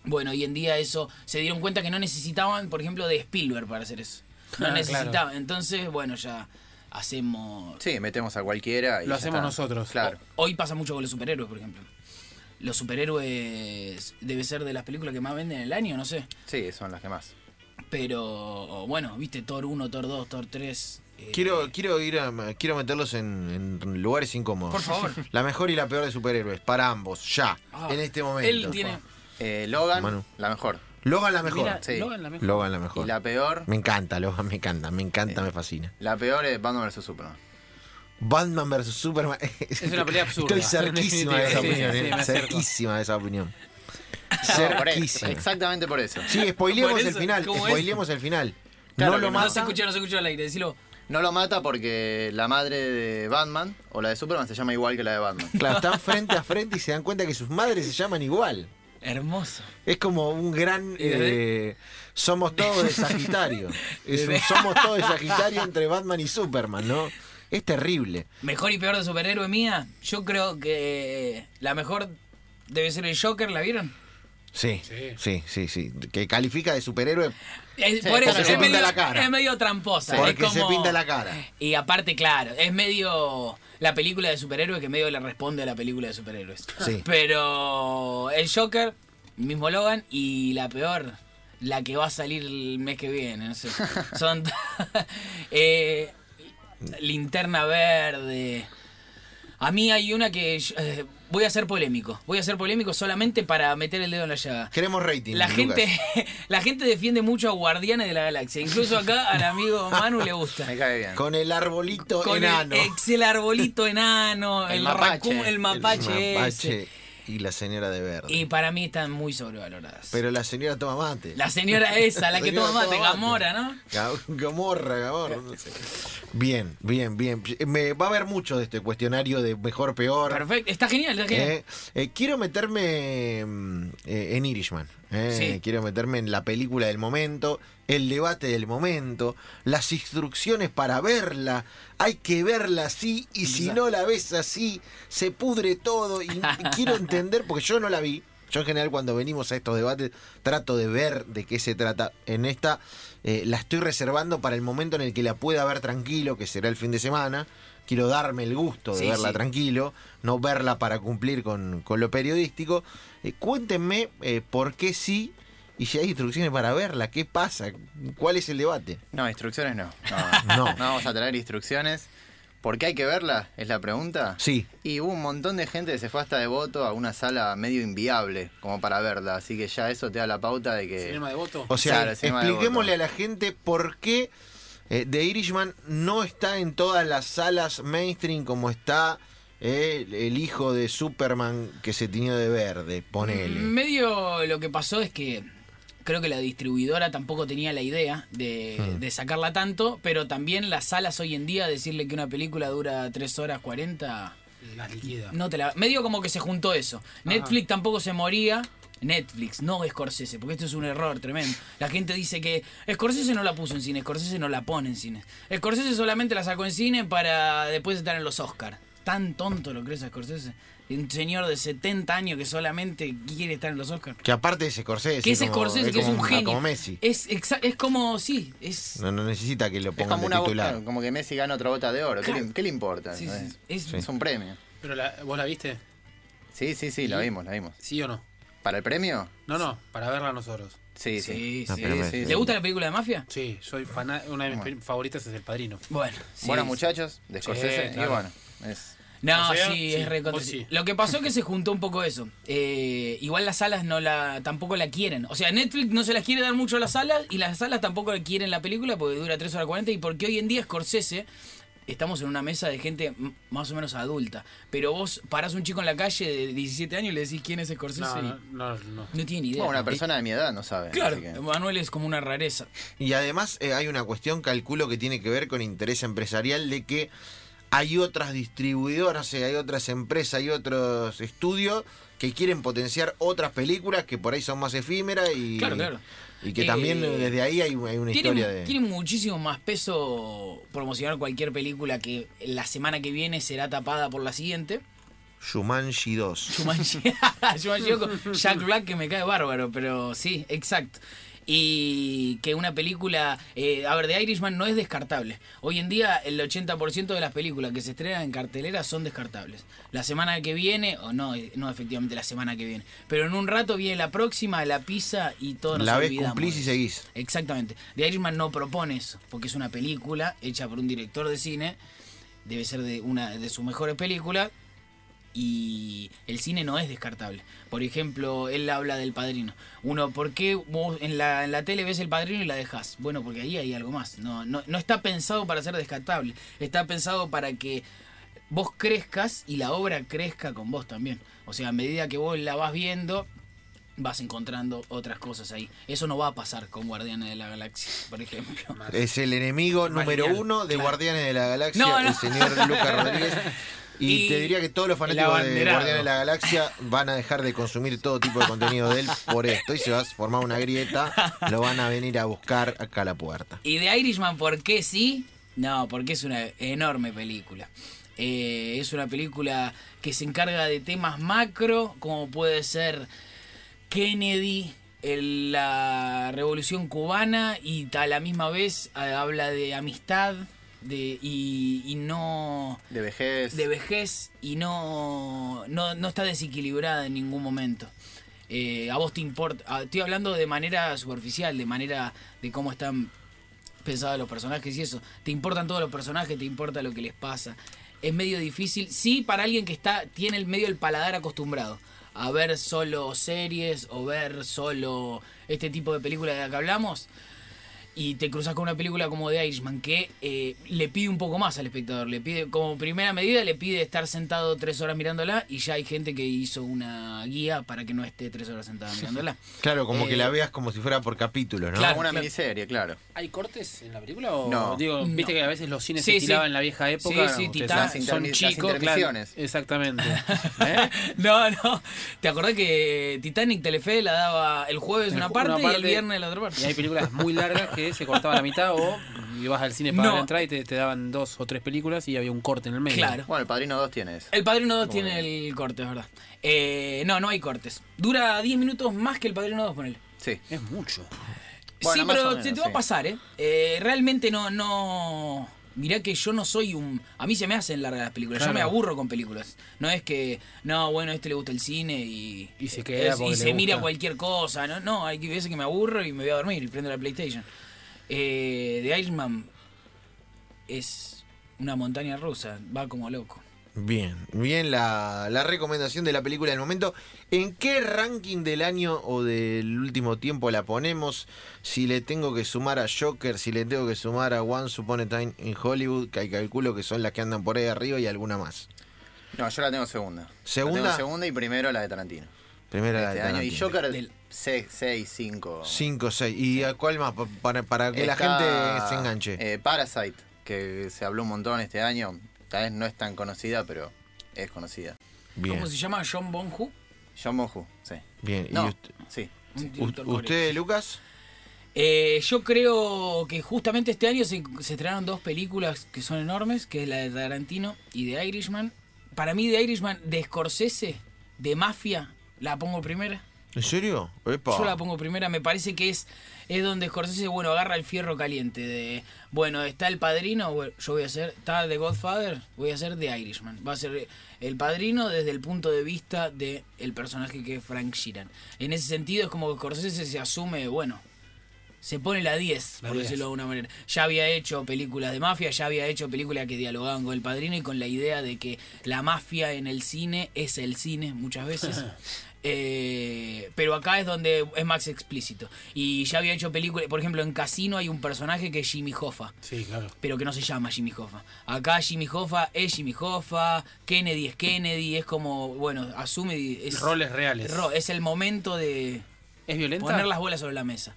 [SPEAKER 2] Bueno, hoy en día eso se dieron cuenta que no necesitaban, por ejemplo, de Spielberg para hacer eso. No
[SPEAKER 3] Ah,
[SPEAKER 2] necesitaban.
[SPEAKER 3] claro.
[SPEAKER 2] Entonces, bueno, ya hacemos.
[SPEAKER 4] Sí, metemos a cualquiera. Y
[SPEAKER 3] Lo
[SPEAKER 4] ya
[SPEAKER 3] hacemos
[SPEAKER 4] está.
[SPEAKER 3] nosotros.
[SPEAKER 4] Claro.
[SPEAKER 2] Hoy pasa mucho con los superhéroes, por ejemplo. Los superhéroes debe ser de las películas que más venden en el año, no sé.
[SPEAKER 4] Sí, son las que más.
[SPEAKER 2] Pero bueno, viste, Thor 1, Thor 2, Thor 3. eh,
[SPEAKER 1] Quiero, quiero ir a- quiero meterlos en, en lugares incómodos.
[SPEAKER 2] Por favor.
[SPEAKER 1] La mejor y la peor de superhéroes, para ambos, ya,
[SPEAKER 2] Ah,
[SPEAKER 1] en este momento.
[SPEAKER 2] Él tiene.
[SPEAKER 4] Eh, Logan,
[SPEAKER 1] Manu.
[SPEAKER 4] la mejor.
[SPEAKER 1] Logan la mejor.
[SPEAKER 3] Mira,
[SPEAKER 4] sí.
[SPEAKER 3] Logan la mejor.
[SPEAKER 1] Logan la mejor.
[SPEAKER 4] Y la peor,
[SPEAKER 1] Me encanta, Logan, me encanta, me encanta, me fascina.
[SPEAKER 4] la peor es Batman vs Superman.
[SPEAKER 1] Batman versus Superman.
[SPEAKER 3] Es una pelea absurda.
[SPEAKER 1] Estoy cerquísima de esa
[SPEAKER 3] Sí,
[SPEAKER 1] opinión,
[SPEAKER 3] sí,
[SPEAKER 1] eh,
[SPEAKER 3] sí, me acerco.
[SPEAKER 1] cerquísima de esa opinión.
[SPEAKER 4] No, por eso,
[SPEAKER 1] Cerquísima.
[SPEAKER 4] exactamente por eso.
[SPEAKER 1] Sí, spoileemos
[SPEAKER 2] Por eso,
[SPEAKER 1] el final,
[SPEAKER 2] ¿cómo es?
[SPEAKER 1] spoileemos el final.
[SPEAKER 4] Claro
[SPEAKER 1] no
[SPEAKER 4] que
[SPEAKER 1] lo ah.
[SPEAKER 4] no.
[SPEAKER 2] No se
[SPEAKER 1] mata.
[SPEAKER 2] escucha, no se escucha al aire, decilo.
[SPEAKER 4] No lo mata porque la madre de Batman o la de Superman se llama igual que la de Batman.
[SPEAKER 1] Claro, están frente a frente y se dan cuenta que sus madres se llaman igual.
[SPEAKER 2] Hermoso.
[SPEAKER 1] Es como un gran
[SPEAKER 2] ¿Y desde-
[SPEAKER 1] eh, somos todos de Sagitario. Es un
[SPEAKER 2] Desde-
[SPEAKER 1] somos todos de Sagitario entre Batman y Superman, ¿no? Es terrible.
[SPEAKER 2] Mejor y peor de superhéroe mía. Yo creo que eh, la mejor debe ser el Joker, ¿la vieron?
[SPEAKER 1] Sí, sí, sí, sí. Que califica de superhéroe
[SPEAKER 2] Es,
[SPEAKER 4] Sí,
[SPEAKER 2] por eso,
[SPEAKER 4] porque
[SPEAKER 2] es
[SPEAKER 4] se pinta
[SPEAKER 2] medio,
[SPEAKER 1] la cara.
[SPEAKER 2] es medio tramposa. es
[SPEAKER 1] porque se
[SPEAKER 2] como-
[SPEAKER 1] pinta la cara.
[SPEAKER 2] Y aparte, claro, es medio la película de superhéroes que medio le responde a la película de superhéroes.
[SPEAKER 1] Sí.
[SPEAKER 2] Pero el Joker, mismo Logan, y la peor, la que va a salir el mes que viene, no sé. Son eh, Linterna Verde. A mí hay una que yo- eh, voy a ser polémico. Voy a ser polémico solamente para meter el dedo en la llaga.
[SPEAKER 1] Queremos rating.
[SPEAKER 2] La
[SPEAKER 1] Lucas.
[SPEAKER 2] gente, la gente defiende mucho a Guardianes de la Galaxia. Incluso acá al amigo Manu le gusta.
[SPEAKER 4] Me cae bien.
[SPEAKER 1] Con el arbolito
[SPEAKER 2] Con el-
[SPEAKER 1] enano.
[SPEAKER 2] ex- El, arbolito enano, el,
[SPEAKER 4] El mapache.
[SPEAKER 2] raccoon, el mapache.
[SPEAKER 1] El
[SPEAKER 2] ese.
[SPEAKER 1] mapache y la señora de verde.
[SPEAKER 2] Y para mí están muy sobrevaloradas.
[SPEAKER 1] Pero la señora toma mate.
[SPEAKER 2] la señora esa, la que
[SPEAKER 1] Señora
[SPEAKER 2] toma mate, Gamora, ¿no?
[SPEAKER 1] Ga- Gamorra, Gamorra. no sé. Bien, bien, bien. Me, va a haber mucho de este cuestionario de mejor, peor.
[SPEAKER 2] Perfecto, está genial, está genial.
[SPEAKER 1] Eh, eh, quiero meterme mm, eh, en Irishman. eh,
[SPEAKER 2] Sí.
[SPEAKER 1] Quiero meterme en la película del momento, el debate del momento, las instrucciones para verla. Hay que verla así y si
[SPEAKER 2] Exacto.
[SPEAKER 1] no la ves así, se pudre todo. Y y quiero entender, porque yo no la vi. Yo en general cuando venimos a estos debates trato de ver de qué se trata. En esta eh, la estoy reservando para el momento en el que la pueda ver tranquilo, que será el fin de semana. Quiero darme el gusto de
[SPEAKER 2] Sí,
[SPEAKER 1] verla
[SPEAKER 2] sí.
[SPEAKER 1] tranquilo, no verla para cumplir con, con lo periodístico. Eh, cuéntenme eh, por qué sí y si hay instrucciones para verla, qué pasa, cuál es el debate.
[SPEAKER 4] No, instrucciones no. No,
[SPEAKER 1] No.
[SPEAKER 4] no vamos a traer instrucciones. ¿Por qué hay que verla? Es la pregunta.
[SPEAKER 1] Sí,
[SPEAKER 4] Y hubo un montón de gente que se fue hasta Devoto a una sala medio inviable como para verla. Así que ya eso te da la pauta de
[SPEAKER 1] Eh.
[SPEAKER 4] que.
[SPEAKER 3] Cinema de voto.
[SPEAKER 1] o sea,
[SPEAKER 4] Claro, encima de
[SPEAKER 1] expliquémosle a
[SPEAKER 4] voto.
[SPEAKER 1] la gente por qué eh, The Irishman no está en todas las salas mainstream como está eh, el- el hijo de Superman que se tiñó de verde,
[SPEAKER 2] Mm,
[SPEAKER 1] ponele.
[SPEAKER 2] Medio lo que pasó es que creo que la distribuidora tampoco tenía la idea de,
[SPEAKER 1] Hmm.
[SPEAKER 2] de sacarla tanto, pero también las salas hoy en día decirle que una película dura 3 horas 40.
[SPEAKER 3] La liquida.
[SPEAKER 2] No te la. Medio como que se juntó eso. Netflix tampoco se moría. Netflix, no Scorsese, porque esto es un error tremendo. La gente dice que Scorsese no la puso en cine, Scorsese no la pone en cine. Scorsese solamente la sacó en cine para después estar en los Oscars. Tan tonto lo crees a Scorsese. Un señor de 70 años que solamente quiere estar en los Oscars.
[SPEAKER 1] Que aparte es Scorsese.
[SPEAKER 2] Que es
[SPEAKER 1] como-
[SPEAKER 2] Scorsese, que es
[SPEAKER 1] como- ah,
[SPEAKER 2] un genio.
[SPEAKER 1] Como Messi.
[SPEAKER 2] Es, exa- es como, sí, es...
[SPEAKER 1] No, no necesita que lo
[SPEAKER 4] Es
[SPEAKER 1] pongan
[SPEAKER 4] como
[SPEAKER 1] de
[SPEAKER 4] una
[SPEAKER 1] titular.
[SPEAKER 4] bota, como que Messi gana otra bota de oro. ¿Qué le, qué le importa?
[SPEAKER 2] sí,
[SPEAKER 4] ¿No
[SPEAKER 2] sí,
[SPEAKER 4] es?
[SPEAKER 2] es-
[SPEAKER 4] Es un premio.
[SPEAKER 3] Pero la- vos la viste,
[SPEAKER 4] Sí, sí, sí, la vimos, la vimos.
[SPEAKER 3] ¿sí o no?
[SPEAKER 4] ¿Para el premio?
[SPEAKER 3] No, no, para verla nosotros.
[SPEAKER 4] Sí, sí.
[SPEAKER 2] sí,
[SPEAKER 1] No,
[SPEAKER 2] sí.
[SPEAKER 1] pero me-
[SPEAKER 4] sí,
[SPEAKER 2] ¿Le gusta la película de mafia?
[SPEAKER 3] Sí, soy faná- una de mis
[SPEAKER 4] Bueno.
[SPEAKER 3] favoritas es El Padrino.
[SPEAKER 2] Bueno, sí,
[SPEAKER 4] Buenos
[SPEAKER 2] sí.
[SPEAKER 4] muchachos de Scorsese.
[SPEAKER 3] claro.
[SPEAKER 4] Y bueno, es...
[SPEAKER 2] No,
[SPEAKER 3] O sea,
[SPEAKER 2] sí,
[SPEAKER 3] sí,
[SPEAKER 2] es recontra-
[SPEAKER 3] vos sí.
[SPEAKER 2] Lo que pasó es que se juntó un poco eso. Eh, igual las salas no la, tampoco la quieren. O sea, Netflix no se las quiere dar mucho a las salas y las salas tampoco quieren la película porque dura 3 horas 40 y porque hoy en día Scorsese, estamos en una mesa de gente m- más o menos adulta, pero vos parás un chico en la calle de 17 años y le decís quién es Scorsese
[SPEAKER 3] No,
[SPEAKER 2] y
[SPEAKER 3] no, no, no.
[SPEAKER 2] no tiene ni idea. Eh,
[SPEAKER 4] bueno, una persona de mi edad no sabe.
[SPEAKER 2] Claro,
[SPEAKER 4] así que-
[SPEAKER 2] Manuel es como una rareza.
[SPEAKER 1] Y además eh, hay una cuestión, calculo, que tiene que ver con interés empresarial de que hay otras distribuidoras, eh, hay otras empresas, hay otros estudios que quieren potenciar otras películas que por ahí son más efímeras y,
[SPEAKER 2] Claro, claro.
[SPEAKER 1] y que
[SPEAKER 2] Eh,
[SPEAKER 1] también eh, desde ahí hay, hay una
[SPEAKER 2] Tiene,
[SPEAKER 1] historia de...
[SPEAKER 2] tiene muchísimo más peso promocionar cualquier película que la semana que viene será tapada por la siguiente.
[SPEAKER 1] Shumanji 2.
[SPEAKER 2] Shumanji, Shumanji con Jack Black que me cae bárbaro, pero sí, exacto. Y que una película, eh, a ver, de Irishman no es descartable. Hoy en día el 80% de las películas que se estrenan en cartelera son descartables. La semana que viene, o no, eh, no efectivamente la semana que viene, pero en un rato viene la próxima, la pizza y todo nos
[SPEAKER 1] La ves,
[SPEAKER 2] olvidamos.
[SPEAKER 1] cumplís y seguís.
[SPEAKER 2] Exactamente. The Irishman no propone eso, porque es una película hecha por un director de cine, debe ser de una de sus mejores películas, y el cine no es descartable. Por ejemplo, él habla del padrino. Uno, ¿por qué vos en la, en la tele ves el padrino y la dejas? Bueno, porque ahí hay algo más. No, no, no está pensado para ser descartable, está pensado para que vos crezcas y la obra crezca con vos también. O sea, a medida que vos la vas viendo, vas encontrando otras cosas ahí. Eso no va a pasar con Guardianes de la Galaxia, por ejemplo.
[SPEAKER 1] Es el enemigo número
[SPEAKER 3] Genial,
[SPEAKER 1] uno de Guardianes de la Galaxia,
[SPEAKER 2] No, no.
[SPEAKER 1] el señor Lucas Rodríguez. Y,
[SPEAKER 2] Y
[SPEAKER 1] te diría que todos los
[SPEAKER 2] el
[SPEAKER 1] fanáticos de
[SPEAKER 2] abanderado.
[SPEAKER 1] Guardianes de la Galaxia van a dejar de consumir todo tipo de contenido de él por esto. Y se va a formar una grieta, lo van a venir a buscar acá a la puerta.
[SPEAKER 2] Y de Irishman, ¿por qué sí? No, porque es una enorme película. Eh, es una película que se encarga de temas macro, como puede ser Kennedy, el- la revolución cubana, y a la misma vez ah, habla de amistad de, y, y no
[SPEAKER 4] De vejez.
[SPEAKER 2] de vejez y no, no, no está desequilibrada en ningún momento. Eh, a vos te importa, ah, estoy hablando de manera superficial, de manera de cómo están pensados los personajes y eso. Te importan todos los personajes, te importa lo que les pasa. Es medio difícil, sí, para alguien que está tiene el medio el paladar acostumbrado a ver solo series o ver solo este tipo de películas de la que hablamos y te cruzas con una película como The Irishman que eh, le pide un poco más al espectador. Le pide, como primera medida, le pide estar sentado tres horas mirándola y ya hay gente que hizo una guía para que no esté tres horas sentada mirándola.
[SPEAKER 1] Claro, como que
[SPEAKER 2] Eh,
[SPEAKER 1] la veas como si fuera por capítulos, ¿no?
[SPEAKER 2] claro.
[SPEAKER 4] Como una miniserie, claro.
[SPEAKER 3] ¿Hay cortes en la película? O
[SPEAKER 4] No.
[SPEAKER 3] Digo,
[SPEAKER 2] No.
[SPEAKER 3] viste que a veces los cines
[SPEAKER 2] Sí,
[SPEAKER 3] se
[SPEAKER 2] sí.
[SPEAKER 3] tiraban en la vieja época.
[SPEAKER 2] Sí, sí,
[SPEAKER 3] ustedes
[SPEAKER 2] Titán.
[SPEAKER 3] saben,
[SPEAKER 4] Las
[SPEAKER 3] Son
[SPEAKER 4] intermi- las
[SPEAKER 3] chicos. claro,
[SPEAKER 4] intermisiones.
[SPEAKER 3] exactamente. ¿Eh?
[SPEAKER 2] No, no. ¿Te acordás que Titanic Telefe la daba el jueves
[SPEAKER 3] El
[SPEAKER 2] Pues una
[SPEAKER 3] ju-
[SPEAKER 2] parte,
[SPEAKER 3] una
[SPEAKER 2] y el
[SPEAKER 3] parte-
[SPEAKER 2] viernes la otra parte?
[SPEAKER 3] Y hay películas muy largas que se cortaban la mitad o ibas al cine para
[SPEAKER 2] No.
[SPEAKER 3] la entrada y te, te daban dos o tres películas y había un corte en el medio.
[SPEAKER 2] Claro.
[SPEAKER 4] Bueno, el Padrino 2 tiene eso.
[SPEAKER 2] El Padrino 2 tiene el corte, es verdad. Eh, no, no hay cortes. Dura 10 minutos más que el Padrino 2, ponele.
[SPEAKER 4] Sí.
[SPEAKER 3] Es mucho.
[SPEAKER 4] Bueno,
[SPEAKER 2] sí,
[SPEAKER 4] más
[SPEAKER 2] pero
[SPEAKER 4] o menos,
[SPEAKER 2] se te va a
[SPEAKER 4] sí.
[SPEAKER 2] pasar, ¿eh? Eh, Realmente no, no. Mirá que yo no soy un. A mí se me hacen largas las películas. Yo
[SPEAKER 3] Claro.
[SPEAKER 2] me aburro con películas. No es que. No, bueno, a este le gusta el cine y.
[SPEAKER 3] Y se
[SPEAKER 2] es-
[SPEAKER 3] queda porque
[SPEAKER 2] Y
[SPEAKER 3] le
[SPEAKER 2] se mira
[SPEAKER 3] gusta.
[SPEAKER 2] cualquier cosa, ¿no? No, hay veces que me aburro y me voy a dormir y prendo la PlayStation. Eh, The Irishman es una montaña rusa. Va como loco.
[SPEAKER 1] Bien, bien la, la recomendación de la película del momento. ¿En qué ranking del año o del último tiempo la ponemos? Si le tengo que sumar a Joker, si le tengo que sumar a One Supone Time in Hollywood, que calculo que son las que andan por ahí arriba y alguna más.
[SPEAKER 4] No, yo la tengo segunda.
[SPEAKER 1] ¿Segunda?
[SPEAKER 4] La tengo segunda y primero la de Tarantino.
[SPEAKER 1] Primera la de
[SPEAKER 4] Este año. Y
[SPEAKER 1] Tarantino.
[SPEAKER 4] Joker
[SPEAKER 2] Del-
[SPEAKER 4] 6, 5.
[SPEAKER 1] 5, 6. ¿Y a cuál más? Pa- Para, para que la gente se enganche.
[SPEAKER 4] Eh, Parasite, que se habló un montón este año. Tal vez no es tan conocida, pero es conocida.
[SPEAKER 1] Bien.
[SPEAKER 2] ¿Cómo se llama? John Bonhu.
[SPEAKER 4] John Bonhu, sí.
[SPEAKER 1] Bien,
[SPEAKER 4] No,
[SPEAKER 1] ¿y usted,
[SPEAKER 4] sí.
[SPEAKER 2] Un director
[SPEAKER 1] u- usted, Lucas?
[SPEAKER 2] Eh, yo creo que justamente este año se, se estrenaron dos películas que son enormes, que es la de Tarantino y de Irishman. Para mí, de Irishman, de Scorsese, de Mafia, la pongo primera.
[SPEAKER 1] ¿En serio? Epa.
[SPEAKER 2] Yo la pongo primera, me parece que es, es donde Scorsese, bueno, agarra el fierro caliente de, bueno, está El Padrino, bueno, yo voy a hacer, está The Godfather, voy a hacer The Irishman. Va a ser eh, El Padrino desde el punto de vista del el personaje que es Frank Sheeran. En ese sentido es como que Scorsese se asume, bueno, se pone la 10,
[SPEAKER 3] La
[SPEAKER 2] por
[SPEAKER 3] 10.
[SPEAKER 2] decirlo de alguna manera. Ya había hecho películas de mafia, ya había hecho películas que dialogaban con el padrino y con la idea de que la mafia en el cine es el cine muchas veces. Eh, pero acá es donde es más explícito. Y ya había hecho películas, por ejemplo, en Casino hay un personaje que es Jimmy Hoffa
[SPEAKER 3] Sí, claro.
[SPEAKER 2] pero que no se llama Jimmy Hoffa. Acá Jimmy Hoffa es Jimmy Hoffa, Kennedy es Kennedy, es como, bueno, asume... y Es,
[SPEAKER 3] Roles reales.
[SPEAKER 2] Ro- es el momento de
[SPEAKER 3] ¿Es violenta?
[SPEAKER 2] poner las bolas sobre la mesa.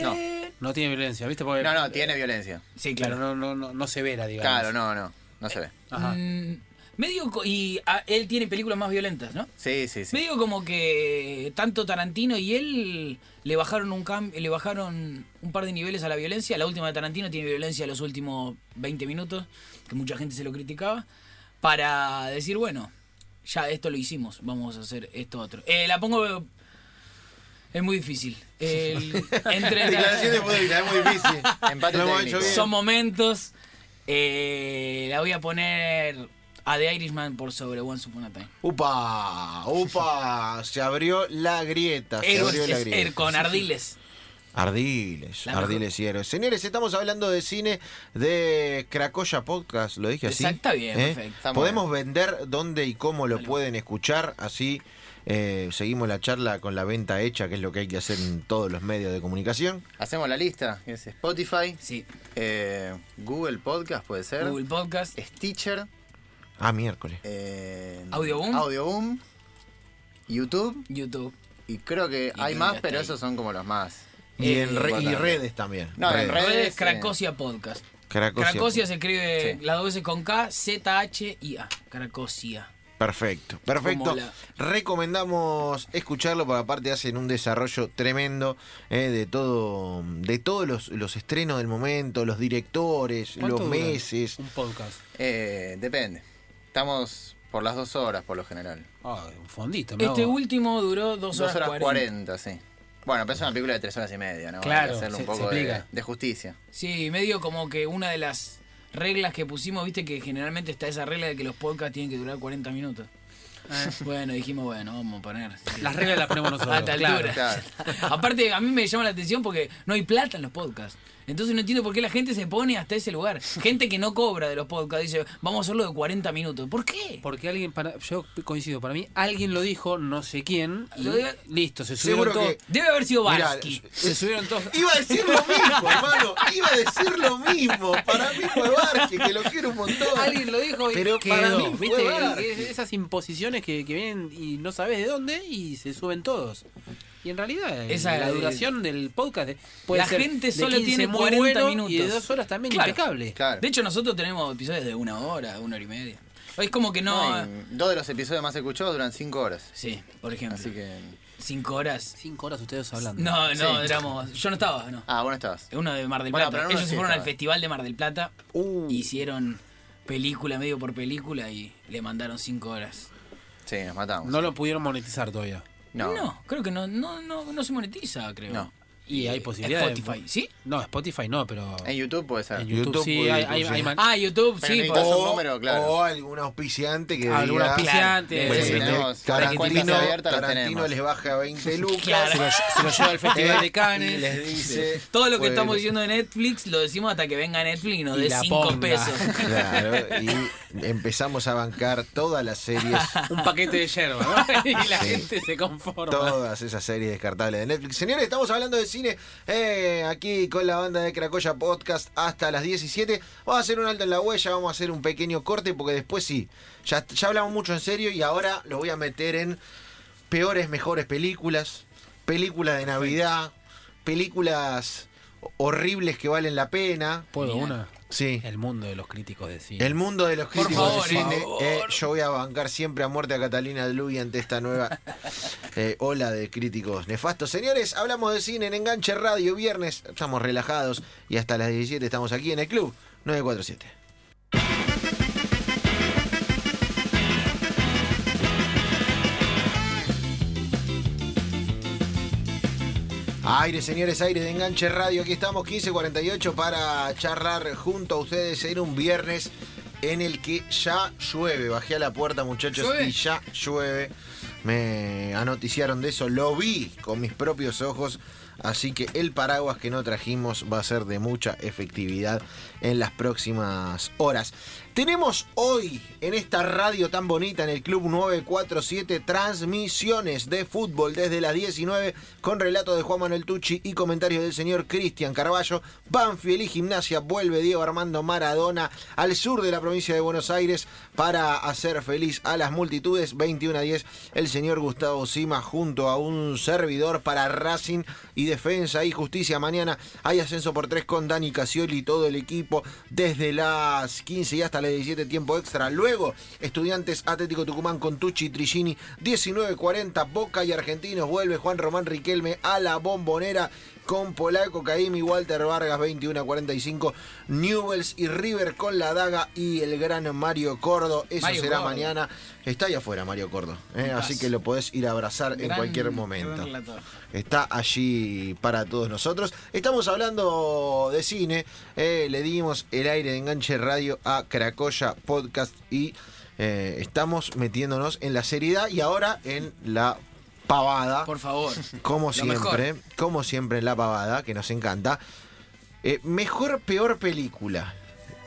[SPEAKER 4] No.
[SPEAKER 2] Eh,
[SPEAKER 3] No tiene violencia, ¿viste? Porque-
[SPEAKER 4] No, no, tiene violencia.
[SPEAKER 2] sí,
[SPEAKER 3] Claro,
[SPEAKER 2] claro.
[SPEAKER 3] no, no, no, no severa, digamos.
[SPEAKER 4] Claro, no, no. No se ve.
[SPEAKER 3] Ajá.
[SPEAKER 2] Mm, medio... co- Y ah, él tiene películas más violentas, ¿no?
[SPEAKER 4] Sí, sí, sí.
[SPEAKER 2] Medio como que tanto Tarantino y él le bajaron un cam- le bajaron un par de niveles a la violencia. La última de Tarantino tiene violencia los últimos 20 minutos, que mucha gente se lo criticaba, para decir, bueno, ya esto lo hicimos, vamos a hacer esto otro. Eh, la pongo... Es muy difícil. El- entre
[SPEAKER 1] Declaración de Podrica, es muy difícil.
[SPEAKER 4] Empate
[SPEAKER 1] Lo hemos
[SPEAKER 4] técnico.
[SPEAKER 1] hecho bien.
[SPEAKER 2] son momentos. Eh, la voy a poner a The Irishman por sobre Once Upon a Time.
[SPEAKER 1] Upa, upa, se abrió la grieta, Ah, se
[SPEAKER 2] Héroes
[SPEAKER 1] abrió la
[SPEAKER 2] es-
[SPEAKER 1] grieta.
[SPEAKER 2] er- con ardiles.
[SPEAKER 1] Ardiles,
[SPEAKER 2] La mejor.
[SPEAKER 1] Ardiles y héroes. Señores, estamos hablando de cine de Cracoya Podcast, lo dije así. ¿Eh?
[SPEAKER 2] Exacto, está bien, perfecto.
[SPEAKER 4] Está muy
[SPEAKER 1] Podemos vender dónde y cómo lo pueden escuchar, así eh, seguimos la charla con la venta hecha, que es lo que hay que hacer en todos los medios de comunicación.
[SPEAKER 4] Hacemos la lista. Es Spotify,
[SPEAKER 2] Sí.
[SPEAKER 4] eh, Google Podcast puede ser,
[SPEAKER 2] Google Podcast.
[SPEAKER 4] Stitcher,
[SPEAKER 1] Ah, miércoles.
[SPEAKER 4] eh,
[SPEAKER 2] Audioboom.
[SPEAKER 4] Audioboom, YouTube
[SPEAKER 2] YouTube.
[SPEAKER 4] y creo que
[SPEAKER 2] Y
[SPEAKER 4] hay
[SPEAKER 2] creo que
[SPEAKER 4] más,
[SPEAKER 2] hasta
[SPEAKER 4] pero
[SPEAKER 2] ahí.
[SPEAKER 4] esos son como los más.
[SPEAKER 1] Y, en
[SPEAKER 2] eh,
[SPEAKER 1] re- y
[SPEAKER 4] importante.
[SPEAKER 1] redes también.
[SPEAKER 4] No, en redes.
[SPEAKER 2] Redes
[SPEAKER 4] eh,
[SPEAKER 2] Cracosia Podcast.
[SPEAKER 1] Cracoya.
[SPEAKER 2] Cracosia se escribe
[SPEAKER 4] Sí.
[SPEAKER 2] las dos veces con K, Z, H y A. Cracosia.
[SPEAKER 1] Perfecto, perfecto.
[SPEAKER 2] Como la-
[SPEAKER 1] Recomendamos escucharlo porque aparte hacen un desarrollo tremendo eh, de todo, de todos los, los estrenos del momento, los directores,
[SPEAKER 3] ¿Cuánto
[SPEAKER 1] los
[SPEAKER 3] dura
[SPEAKER 1] meses.
[SPEAKER 3] Un podcast.
[SPEAKER 4] Eh, depende. Estamos por las dos horas por lo general.
[SPEAKER 3] Ah, un fondito. me
[SPEAKER 2] Este
[SPEAKER 3] hago.
[SPEAKER 2] último duró 2
[SPEAKER 4] Dos
[SPEAKER 2] horas,
[SPEAKER 4] horas
[SPEAKER 2] 40.
[SPEAKER 4] cuarenta, sí. Bueno, pero es una película de tres horas y media, ¿no? Hay que
[SPEAKER 3] Claro,
[SPEAKER 4] hacerle
[SPEAKER 3] se-
[SPEAKER 4] un poco
[SPEAKER 3] se
[SPEAKER 4] de,
[SPEAKER 3] explica.
[SPEAKER 4] de justicia.
[SPEAKER 2] Sí, medio como que una de las reglas que pusimos, viste que generalmente está esa regla de que los podcasts tienen que durar 40 minutos. Bueno, dijimos, bueno, vamos a poner. sí.
[SPEAKER 3] Eh. Las reglas las ponemos nosotros.
[SPEAKER 2] a tal
[SPEAKER 3] claro.
[SPEAKER 2] altura.
[SPEAKER 4] claro.
[SPEAKER 2] Aparte, a mí me llama la atención porque no hay plata en los podcasts. Entonces no entiendo por qué la gente se pone hasta ese lugar. Gente que no cobra de los podcasts dice, vamos a hacerlo de 40 minutos. ¿Por qué?
[SPEAKER 3] Porque alguien, para, yo coincido, para mí alguien lo dijo, no sé quién, y
[SPEAKER 2] Lo diga-
[SPEAKER 3] listo, se
[SPEAKER 1] Seguro
[SPEAKER 3] subieron todos.
[SPEAKER 1] que-
[SPEAKER 2] Eh, Debe haber sido
[SPEAKER 1] Mirá,
[SPEAKER 2] Barsky.
[SPEAKER 3] eh, Se subieron todos.
[SPEAKER 1] Iba a decir lo mismo, hermano. Iba a decir lo mismo. Para mí fue Barque, que lo quiero un montón.
[SPEAKER 3] Alguien lo dijo y
[SPEAKER 1] Pero
[SPEAKER 3] quedó.
[SPEAKER 1] para mí fue
[SPEAKER 3] ¿Viste?
[SPEAKER 1] Barque.
[SPEAKER 3] Es- Esas imposiciones que, que vienen y no sabes de dónde y se suben todos. Y en realidad eh,
[SPEAKER 2] Esa
[SPEAKER 3] la
[SPEAKER 2] de-
[SPEAKER 3] duración del podcast de- puede
[SPEAKER 2] La
[SPEAKER 3] ser
[SPEAKER 2] gente
[SPEAKER 3] de
[SPEAKER 2] solo
[SPEAKER 3] 15
[SPEAKER 2] tiene
[SPEAKER 3] muy
[SPEAKER 2] 40
[SPEAKER 3] bueno
[SPEAKER 2] minutos.
[SPEAKER 3] Y de dos horas también
[SPEAKER 2] Claro.
[SPEAKER 3] impecable.
[SPEAKER 4] Claro.
[SPEAKER 2] De hecho, nosotros tenemos episodios de una hora, una hora y media. Es como que no... eh,
[SPEAKER 4] No, y dos de los episodios más escuchados duran cinco horas.
[SPEAKER 2] Sí, por ejemplo.
[SPEAKER 4] Así que.
[SPEAKER 2] Cinco horas.
[SPEAKER 3] Cinco horas ustedes hablando.
[SPEAKER 2] No, no,
[SPEAKER 4] Sí.
[SPEAKER 2] éramos... Yo no estaba, no.
[SPEAKER 4] Ah, bueno, estabas.
[SPEAKER 2] Uno de Mar del Plata.
[SPEAKER 4] Bueno, pero no
[SPEAKER 2] Ellos
[SPEAKER 4] nos
[SPEAKER 2] se fueron al
[SPEAKER 4] estaba.
[SPEAKER 2] Festival de Mar del Plata. Hicieron película medio por película y le mandaron cinco horas.
[SPEAKER 4] Sí, nos matamos.
[SPEAKER 3] No lo pudieron monetizar todavía.
[SPEAKER 4] No.
[SPEAKER 2] creo que no, no, no, no se monetiza, creo.
[SPEAKER 4] No.
[SPEAKER 3] Y hay
[SPEAKER 2] Eh,
[SPEAKER 3] posibilidades. de-
[SPEAKER 2] Spotify, ¿sí?
[SPEAKER 3] No, Spotify no, pero.
[SPEAKER 4] En YouTube puede ser.
[SPEAKER 3] En YouTube,
[SPEAKER 1] YouTube
[SPEAKER 3] sí,
[SPEAKER 1] puede
[SPEAKER 3] hay,
[SPEAKER 1] inclusive.
[SPEAKER 3] hay, hay man-
[SPEAKER 2] Ah, YouTube,
[SPEAKER 4] Pero
[SPEAKER 2] sí.
[SPEAKER 4] necesitas
[SPEAKER 2] por-
[SPEAKER 4] un número, claro.
[SPEAKER 1] o algún auspiciante que
[SPEAKER 3] Algún
[SPEAKER 1] diga,
[SPEAKER 3] auspiciante.
[SPEAKER 1] "Bueno,
[SPEAKER 3] Sí,
[SPEAKER 1] este,
[SPEAKER 4] tenemos varias
[SPEAKER 1] Tarantino,
[SPEAKER 4] cuentas abiertas, las
[SPEAKER 1] Tarantino
[SPEAKER 4] tenemos".
[SPEAKER 1] les baja 20 lucas. eh,
[SPEAKER 2] Claro. Se lo lle-
[SPEAKER 3] se lo lleva al Festival de Cannes.
[SPEAKER 1] Y les dice,
[SPEAKER 2] Todo lo que
[SPEAKER 1] "Bueno".
[SPEAKER 2] estamos diciendo de Netflix lo decimos hasta que venga Netflix y nos
[SPEAKER 3] Y
[SPEAKER 2] dé
[SPEAKER 3] la
[SPEAKER 2] cinco
[SPEAKER 3] ponga.
[SPEAKER 2] pesos.
[SPEAKER 1] Claro, y empezamos a bancar todas las series,
[SPEAKER 3] un paquete de yerba, ¿no? Y la
[SPEAKER 1] Sí.
[SPEAKER 3] gente se conforma.
[SPEAKER 1] todas esas series descartables de Netflix. Señores, estamos hablando de cine eh, aquí con la banda de Cracoya Podcast hasta las 17. Vamos a hacer un alto en la huella, vamos a hacer un pequeño corte porque después sí, ya, ya hablamos mucho en serio y ahora lo voy a meter en peores, mejores películas, películas de Navidad, películas horribles que valen la pena.
[SPEAKER 3] ¿Puedo
[SPEAKER 2] Mira.
[SPEAKER 3] una?
[SPEAKER 1] Sí.
[SPEAKER 3] El mundo de los críticos de cine.
[SPEAKER 1] El mundo de los
[SPEAKER 2] Por
[SPEAKER 1] críticos
[SPEAKER 2] favor,
[SPEAKER 1] de cine.
[SPEAKER 2] por
[SPEAKER 1] eh,
[SPEAKER 2] favor.
[SPEAKER 1] yo voy a bancar siempre a muerte a Catalina Dluy ante esta nueva eh, ola de críticos nefastos. Señores, hablamos de cine en Enganche Radio, viernes. Estamos relajados y hasta las 17 estamos aquí en el club 947. Aire, señores, aire de Enganche Radio. Aquí estamos, 15.48, para charlar junto a ustedes en un viernes en el que ya llueve. Bajé a la puerta, muchachos,
[SPEAKER 2] ¿Llueve?
[SPEAKER 1] y ya llueve. Me anoticiaron de eso, lo vi con mis propios ojos. Así que el paraguas que no trajimos va a ser de mucha efectividad en las próximas horas. Tenemos hoy en esta radio tan bonita, en el Club 947, transmisiones de fútbol desde las 19 con relato de Juan Manuel Tucci y comentarios del señor Cristian Carballo. Banfield y Gimnasia vuelve Diego Armando Maradona al sur de la provincia de Buenos Aires para hacer feliz a las multitudes. 21 a 10 el señor Gustavo Sima junto a un servidor para Racing y Defensa y Justicia. Mañana hay ascenso por tres con Dani Casioli y todo el equipo desde las 15 y hasta las 17 tiempo extra. Luego, Estudiantes Atlético Tucumán con Tucci y Trigini, 19.40, Boca y Argentinos. Vuelve Juan Román Riquelme a la bombonera con Polaco, Caimi, Walter Vargas, 21 a 45, Newells y River con la daga y el gran Mario Cordo. Eso
[SPEAKER 2] Mario
[SPEAKER 1] será
[SPEAKER 2] Cordo.
[SPEAKER 1] mañana. Está ahí afuera Mario Cordo, ¿eh?
[SPEAKER 2] Paz.
[SPEAKER 1] así que lo podés ir a abrazar en
[SPEAKER 2] Gran-
[SPEAKER 1] cualquier momento.
[SPEAKER 2] gran relator.
[SPEAKER 1] Está allí para todos nosotros. Estamos hablando de cine. eh, le dimos el aire de enganche radio a Cracoya Podcast y eh, estamos metiéndonos en la seriedad y ahora en la pavada.
[SPEAKER 2] Por favor.
[SPEAKER 1] Como
[SPEAKER 2] Lo
[SPEAKER 1] siempre, como siempre en la pavada, que nos encanta. Eh, mejor, peor película.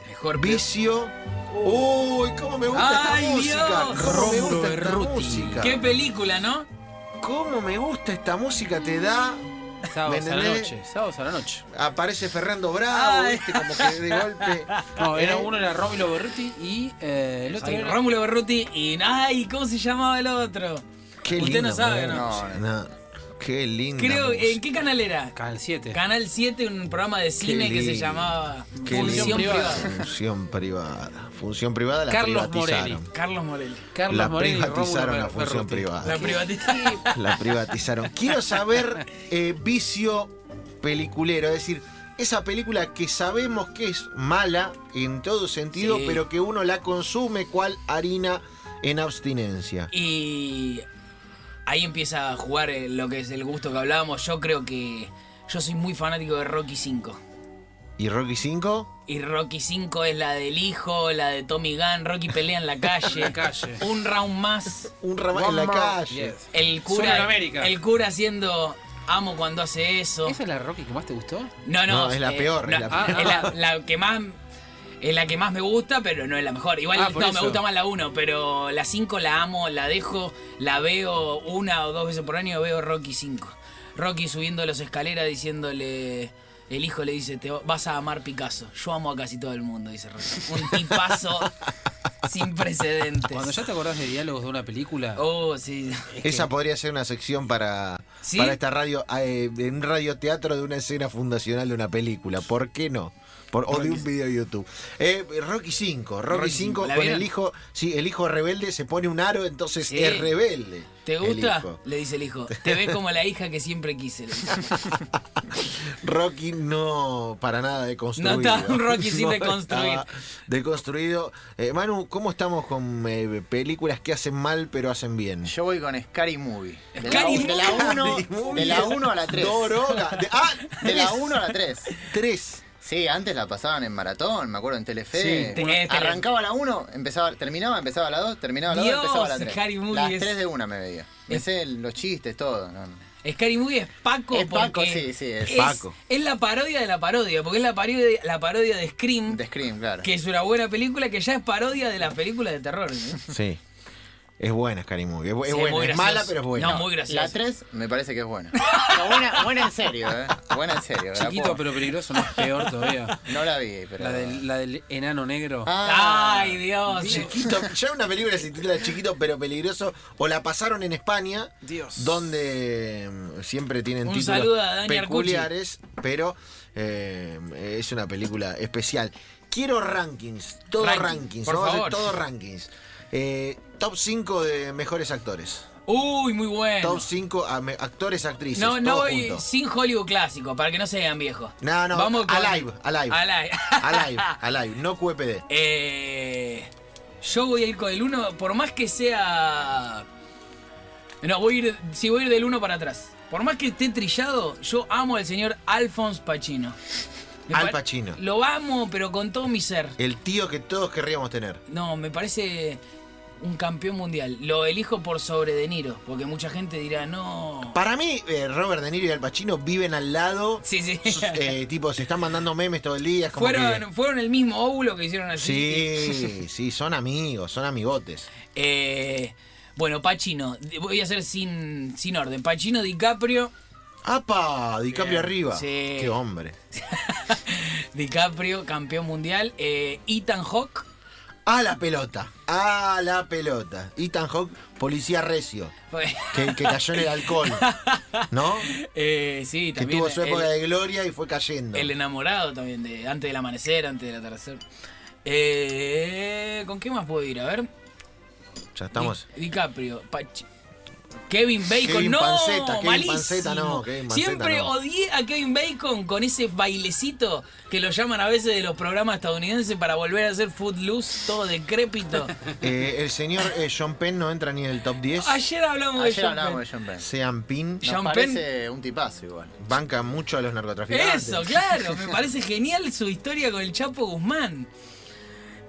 [SPEAKER 2] Mejor
[SPEAKER 1] Vicio. Uy, cómo me gusta
[SPEAKER 2] ¡Ay,
[SPEAKER 1] esta música.
[SPEAKER 2] Dios!
[SPEAKER 1] Cómo me
[SPEAKER 3] Romulo
[SPEAKER 1] gusta esta
[SPEAKER 3] Berruti.
[SPEAKER 1] música.
[SPEAKER 2] Qué película, ¿no?
[SPEAKER 1] Cómo me gusta esta música. Te da.
[SPEAKER 3] Sábados
[SPEAKER 1] ¿Me
[SPEAKER 3] a la
[SPEAKER 1] entendés?
[SPEAKER 3] noche. Sábados a la noche.
[SPEAKER 1] Aparece Fernando Bravo,
[SPEAKER 2] Ay.
[SPEAKER 1] ¿viste? como que de golpe.
[SPEAKER 3] No, era
[SPEAKER 1] ¿eh?
[SPEAKER 3] uno era Rómulo Berruti y eh, el otro
[SPEAKER 2] Ay,
[SPEAKER 3] era-
[SPEAKER 2] Rómulo Berruti y. ¡Ay! ¿Cómo se llamaba el otro?
[SPEAKER 1] Qué
[SPEAKER 2] Usted
[SPEAKER 1] linda
[SPEAKER 2] no sabe,
[SPEAKER 1] música.
[SPEAKER 2] ¿no?
[SPEAKER 4] No,
[SPEAKER 1] No, Qué linda.
[SPEAKER 2] Creo.
[SPEAKER 1] música.
[SPEAKER 2] ¿En qué canal era?
[SPEAKER 3] Canal 7.
[SPEAKER 2] Canal 7, un programa de cine que se
[SPEAKER 1] lindo.
[SPEAKER 2] llamaba
[SPEAKER 1] Qué
[SPEAKER 2] Función
[SPEAKER 1] lindo.
[SPEAKER 2] Privada.
[SPEAKER 1] Función privada. Función privada la
[SPEAKER 3] Carlos
[SPEAKER 1] privatizaron.
[SPEAKER 3] Morelli.
[SPEAKER 2] Carlos Morel.
[SPEAKER 3] Carlos
[SPEAKER 1] La
[SPEAKER 3] Morelli y
[SPEAKER 1] privatizaron
[SPEAKER 3] Rómulo
[SPEAKER 1] la función
[SPEAKER 3] Berruti.
[SPEAKER 1] privada.
[SPEAKER 2] La privatización.
[SPEAKER 1] La privatizaron. Quiero saber eh, vicio peliculero, es decir, esa película que sabemos que es mala en todo sentido,
[SPEAKER 2] Sí.
[SPEAKER 1] pero que uno la consume cual harina en abstinencia.
[SPEAKER 2] Y ahí empieza a jugar eh, lo que es el gusto que hablábamos. Yo creo que yo soy muy fanático de Rocky 5.
[SPEAKER 1] ¿Y Rocky 5?
[SPEAKER 2] Y Rocky 5 es la del hijo, la de Tommy Gunn, Rocky pelea en la calle.
[SPEAKER 3] la calle.
[SPEAKER 2] Un round más.
[SPEAKER 1] Un ramal en
[SPEAKER 3] One
[SPEAKER 1] la
[SPEAKER 3] more.
[SPEAKER 1] calle.
[SPEAKER 3] Yes.
[SPEAKER 2] El
[SPEAKER 3] Solo en
[SPEAKER 2] cura,
[SPEAKER 3] América.
[SPEAKER 2] el cura haciendo amo cuando hace eso.
[SPEAKER 3] ¿Esa es la Rocky que más te gustó?
[SPEAKER 2] No, no,
[SPEAKER 1] No, es la peor, es
[SPEAKER 2] no, ah,
[SPEAKER 1] la
[SPEAKER 3] peor.
[SPEAKER 2] es la- la que más es la que más me gusta, pero no es la mejor. Igual
[SPEAKER 3] Ah, por
[SPEAKER 2] no, me
[SPEAKER 3] eso.
[SPEAKER 2] gusta más la 1, pero la 5 la amo, la dejo, la veo una o dos veces por año, veo Rocky 5. Rocky subiendo las escaleras diciéndole el hijo le dice, "Te vas a amar Picasso. Yo amo a casi todo el mundo", dice Rocky. Un tipazo sin precedentes.
[SPEAKER 3] Cuando ya te acordás de diálogos de una película,
[SPEAKER 2] Oh, sí.
[SPEAKER 1] Esa podría ser una sección para,
[SPEAKER 2] ¿Sí?
[SPEAKER 1] para esta radio, eh, de un radioteatro de una escena fundacional de una película. ¿Por qué no? Por, o de un video de YouTube. Eh, Rocky 5, Rocky
[SPEAKER 2] Rocky
[SPEAKER 1] 5
[SPEAKER 2] cinco, ¿la
[SPEAKER 1] con
[SPEAKER 2] vieron?
[SPEAKER 1] el hijo, sí, el hijo rebelde se pone un aro, entonces
[SPEAKER 2] Sí.
[SPEAKER 1] es rebelde.
[SPEAKER 2] ¿Te
[SPEAKER 1] el
[SPEAKER 2] gusta?
[SPEAKER 1] hijo.
[SPEAKER 2] Le dice el hijo. Te ve como la hija que siempre quise. le dice.
[SPEAKER 1] Rocky no para nada deconstruido.
[SPEAKER 2] No está un Rocky sin deconstruir.
[SPEAKER 1] estaba Deconstruido. Eh, Manu, ¿cómo estamos con eh, películas que hacen mal pero hacen bien?
[SPEAKER 4] Yo voy con Scary Movie. De la
[SPEAKER 2] Scary
[SPEAKER 4] u- de la
[SPEAKER 2] Movie.
[SPEAKER 4] 1 de la uno a la 3.
[SPEAKER 1] Doroga. De, ah,
[SPEAKER 4] De la 1 a la 3.
[SPEAKER 1] tres.
[SPEAKER 4] Sí, antes la pasaban en maratón, me acuerdo en
[SPEAKER 2] Sí,
[SPEAKER 4] Telefe.
[SPEAKER 2] te-
[SPEAKER 4] Uno-
[SPEAKER 2] eh, Tele-
[SPEAKER 4] arrancaba la 1, empezaba, terminaba, empezaba la 2, terminaba la 2,
[SPEAKER 2] Dios,
[SPEAKER 4] empezaba la 3.
[SPEAKER 2] Harry Moody
[SPEAKER 4] Las
[SPEAKER 2] es-
[SPEAKER 4] 3 de una me veía. Me
[SPEAKER 2] es-
[SPEAKER 4] sé los chistes, todo. no, no.
[SPEAKER 2] Scary Movie es Paco
[SPEAKER 4] Es Paco,
[SPEAKER 2] porque
[SPEAKER 4] sí, sí, es
[SPEAKER 1] Paco.
[SPEAKER 2] es la parodia de la parodia, porque es la parodia, la parodia de Scream,
[SPEAKER 4] De Scream, claro.
[SPEAKER 2] que es una buena película que ya es parodia de las películas de terror. ¿no? Sí,
[SPEAKER 1] Sí. Es buena Scary Movie. Es, bu- es
[SPEAKER 2] muy
[SPEAKER 1] buena. Es
[SPEAKER 2] gracioso.
[SPEAKER 1] mala, pero es buena.
[SPEAKER 2] No, muy graciosa.
[SPEAKER 4] La 3 me parece que es buena. Pero buena, buena en serio, ¿eh? Buena en serio. la
[SPEAKER 3] chiquito
[SPEAKER 4] puedo-
[SPEAKER 3] pero peligroso, no es peor todavía.
[SPEAKER 4] No la vi, pero.
[SPEAKER 3] La del, la del enano negro.
[SPEAKER 4] Ah,
[SPEAKER 2] Ay, Dios.
[SPEAKER 1] Chiquito, ya una película se titula Chiquito pero peligroso o la pasaron en España,
[SPEAKER 3] Dios.
[SPEAKER 1] donde mm, siempre tienen
[SPEAKER 2] Un
[SPEAKER 1] títulos
[SPEAKER 2] saludo a Dani Arcucci.
[SPEAKER 1] peculiares, pero eh, es una película especial. Quiero rankings, todos
[SPEAKER 2] Ranking,
[SPEAKER 1] rankings,
[SPEAKER 2] por
[SPEAKER 1] vamos a hacer
[SPEAKER 2] favor.
[SPEAKER 1] todos rankings. Eh, top 5 de mejores actores.
[SPEAKER 2] Uy, muy bueno.
[SPEAKER 1] Top 5 a me- actores, actrices.
[SPEAKER 2] No, no
[SPEAKER 1] todo
[SPEAKER 2] voy
[SPEAKER 1] junto.
[SPEAKER 2] sin Hollywood clásico, para que no se vean viejos.
[SPEAKER 1] No, no,
[SPEAKER 2] Vamos con-
[SPEAKER 1] Alive, Alive.
[SPEAKER 2] Alive.
[SPEAKER 1] Alive, alive, no QPD.
[SPEAKER 2] Eh, yo voy a ir con el 1, por más que sea... No, voy a ir, sí, voy a ir del 1 para atrás. Por más que esté trillado, yo amo al señor Alphonse Pacino. Me
[SPEAKER 1] Al
[SPEAKER 2] par-
[SPEAKER 1] Pacino.
[SPEAKER 2] Lo amo, pero con todo mi ser.
[SPEAKER 1] El tío que todos querríamos tener.
[SPEAKER 2] No, me parece un campeón mundial. Lo elijo por sobre De Niro, porque mucha gente dirá, no...
[SPEAKER 1] Para mí, eh, Robert De Niro y Al Pacino viven al lado.
[SPEAKER 2] Sí, sí.
[SPEAKER 1] Sus- eh, tipo, se están mandando memes todo el día. es como
[SPEAKER 2] Fueron,
[SPEAKER 1] que-
[SPEAKER 2] fueron el mismo óvulo que hicieron así.
[SPEAKER 1] Sí, sí, son amigos, son amigotes.
[SPEAKER 2] Eh, bueno, Pacino. Voy a hacer sin, sin orden. Pacino, DiCaprio.
[SPEAKER 1] ¡Apa! DiCaprio arriba.
[SPEAKER 2] sí.
[SPEAKER 1] Qué hombre.
[SPEAKER 2] DiCaprio, campeón mundial. Eh, Ethan Hawke.
[SPEAKER 1] A la pelota. A la pelota. Ethan Hawke, policía recio. Que, que cayó en el alcohol. ¿No?
[SPEAKER 2] Eh, sí,
[SPEAKER 1] Que
[SPEAKER 2] también.
[SPEAKER 1] tuvo su
[SPEAKER 2] el-
[SPEAKER 1] época de gloria y fue cayendo.
[SPEAKER 2] El enamorado también, de antes del amanecer, antes del atardecer. Eh, ¿Con qué más puedo ir? A ver.
[SPEAKER 1] Ya estamos.
[SPEAKER 2] Di- DiCaprio, Pachi- Kevin Bacon,
[SPEAKER 1] Kevin
[SPEAKER 2] no,
[SPEAKER 1] Panceta, Kevin
[SPEAKER 2] malísimo.
[SPEAKER 1] Panceta no, Kevin Panceta
[SPEAKER 2] Siempre
[SPEAKER 1] no.
[SPEAKER 2] odié a Kevin Bacon con ese bailecito que lo llaman a veces de los programas estadounidenses para volver a hacer Footloose, todo decrépito.
[SPEAKER 1] Eh, el señor eh, John Penn no entra ni en el top 10.
[SPEAKER 2] Ayer hablamos de
[SPEAKER 4] Ayer
[SPEAKER 2] Sean
[SPEAKER 4] hablábamos de
[SPEAKER 2] Ah, Penn.
[SPEAKER 1] Sean
[SPEAKER 4] Sean Penn.
[SPEAKER 1] Penn
[SPEAKER 4] Nos
[SPEAKER 2] Sean Penn.
[SPEAKER 4] parece un tipazo igual.
[SPEAKER 1] banca mucho a los narcotraficantes.
[SPEAKER 2] Eso, claro, me parece genial su historia con el Chapo Guzmán.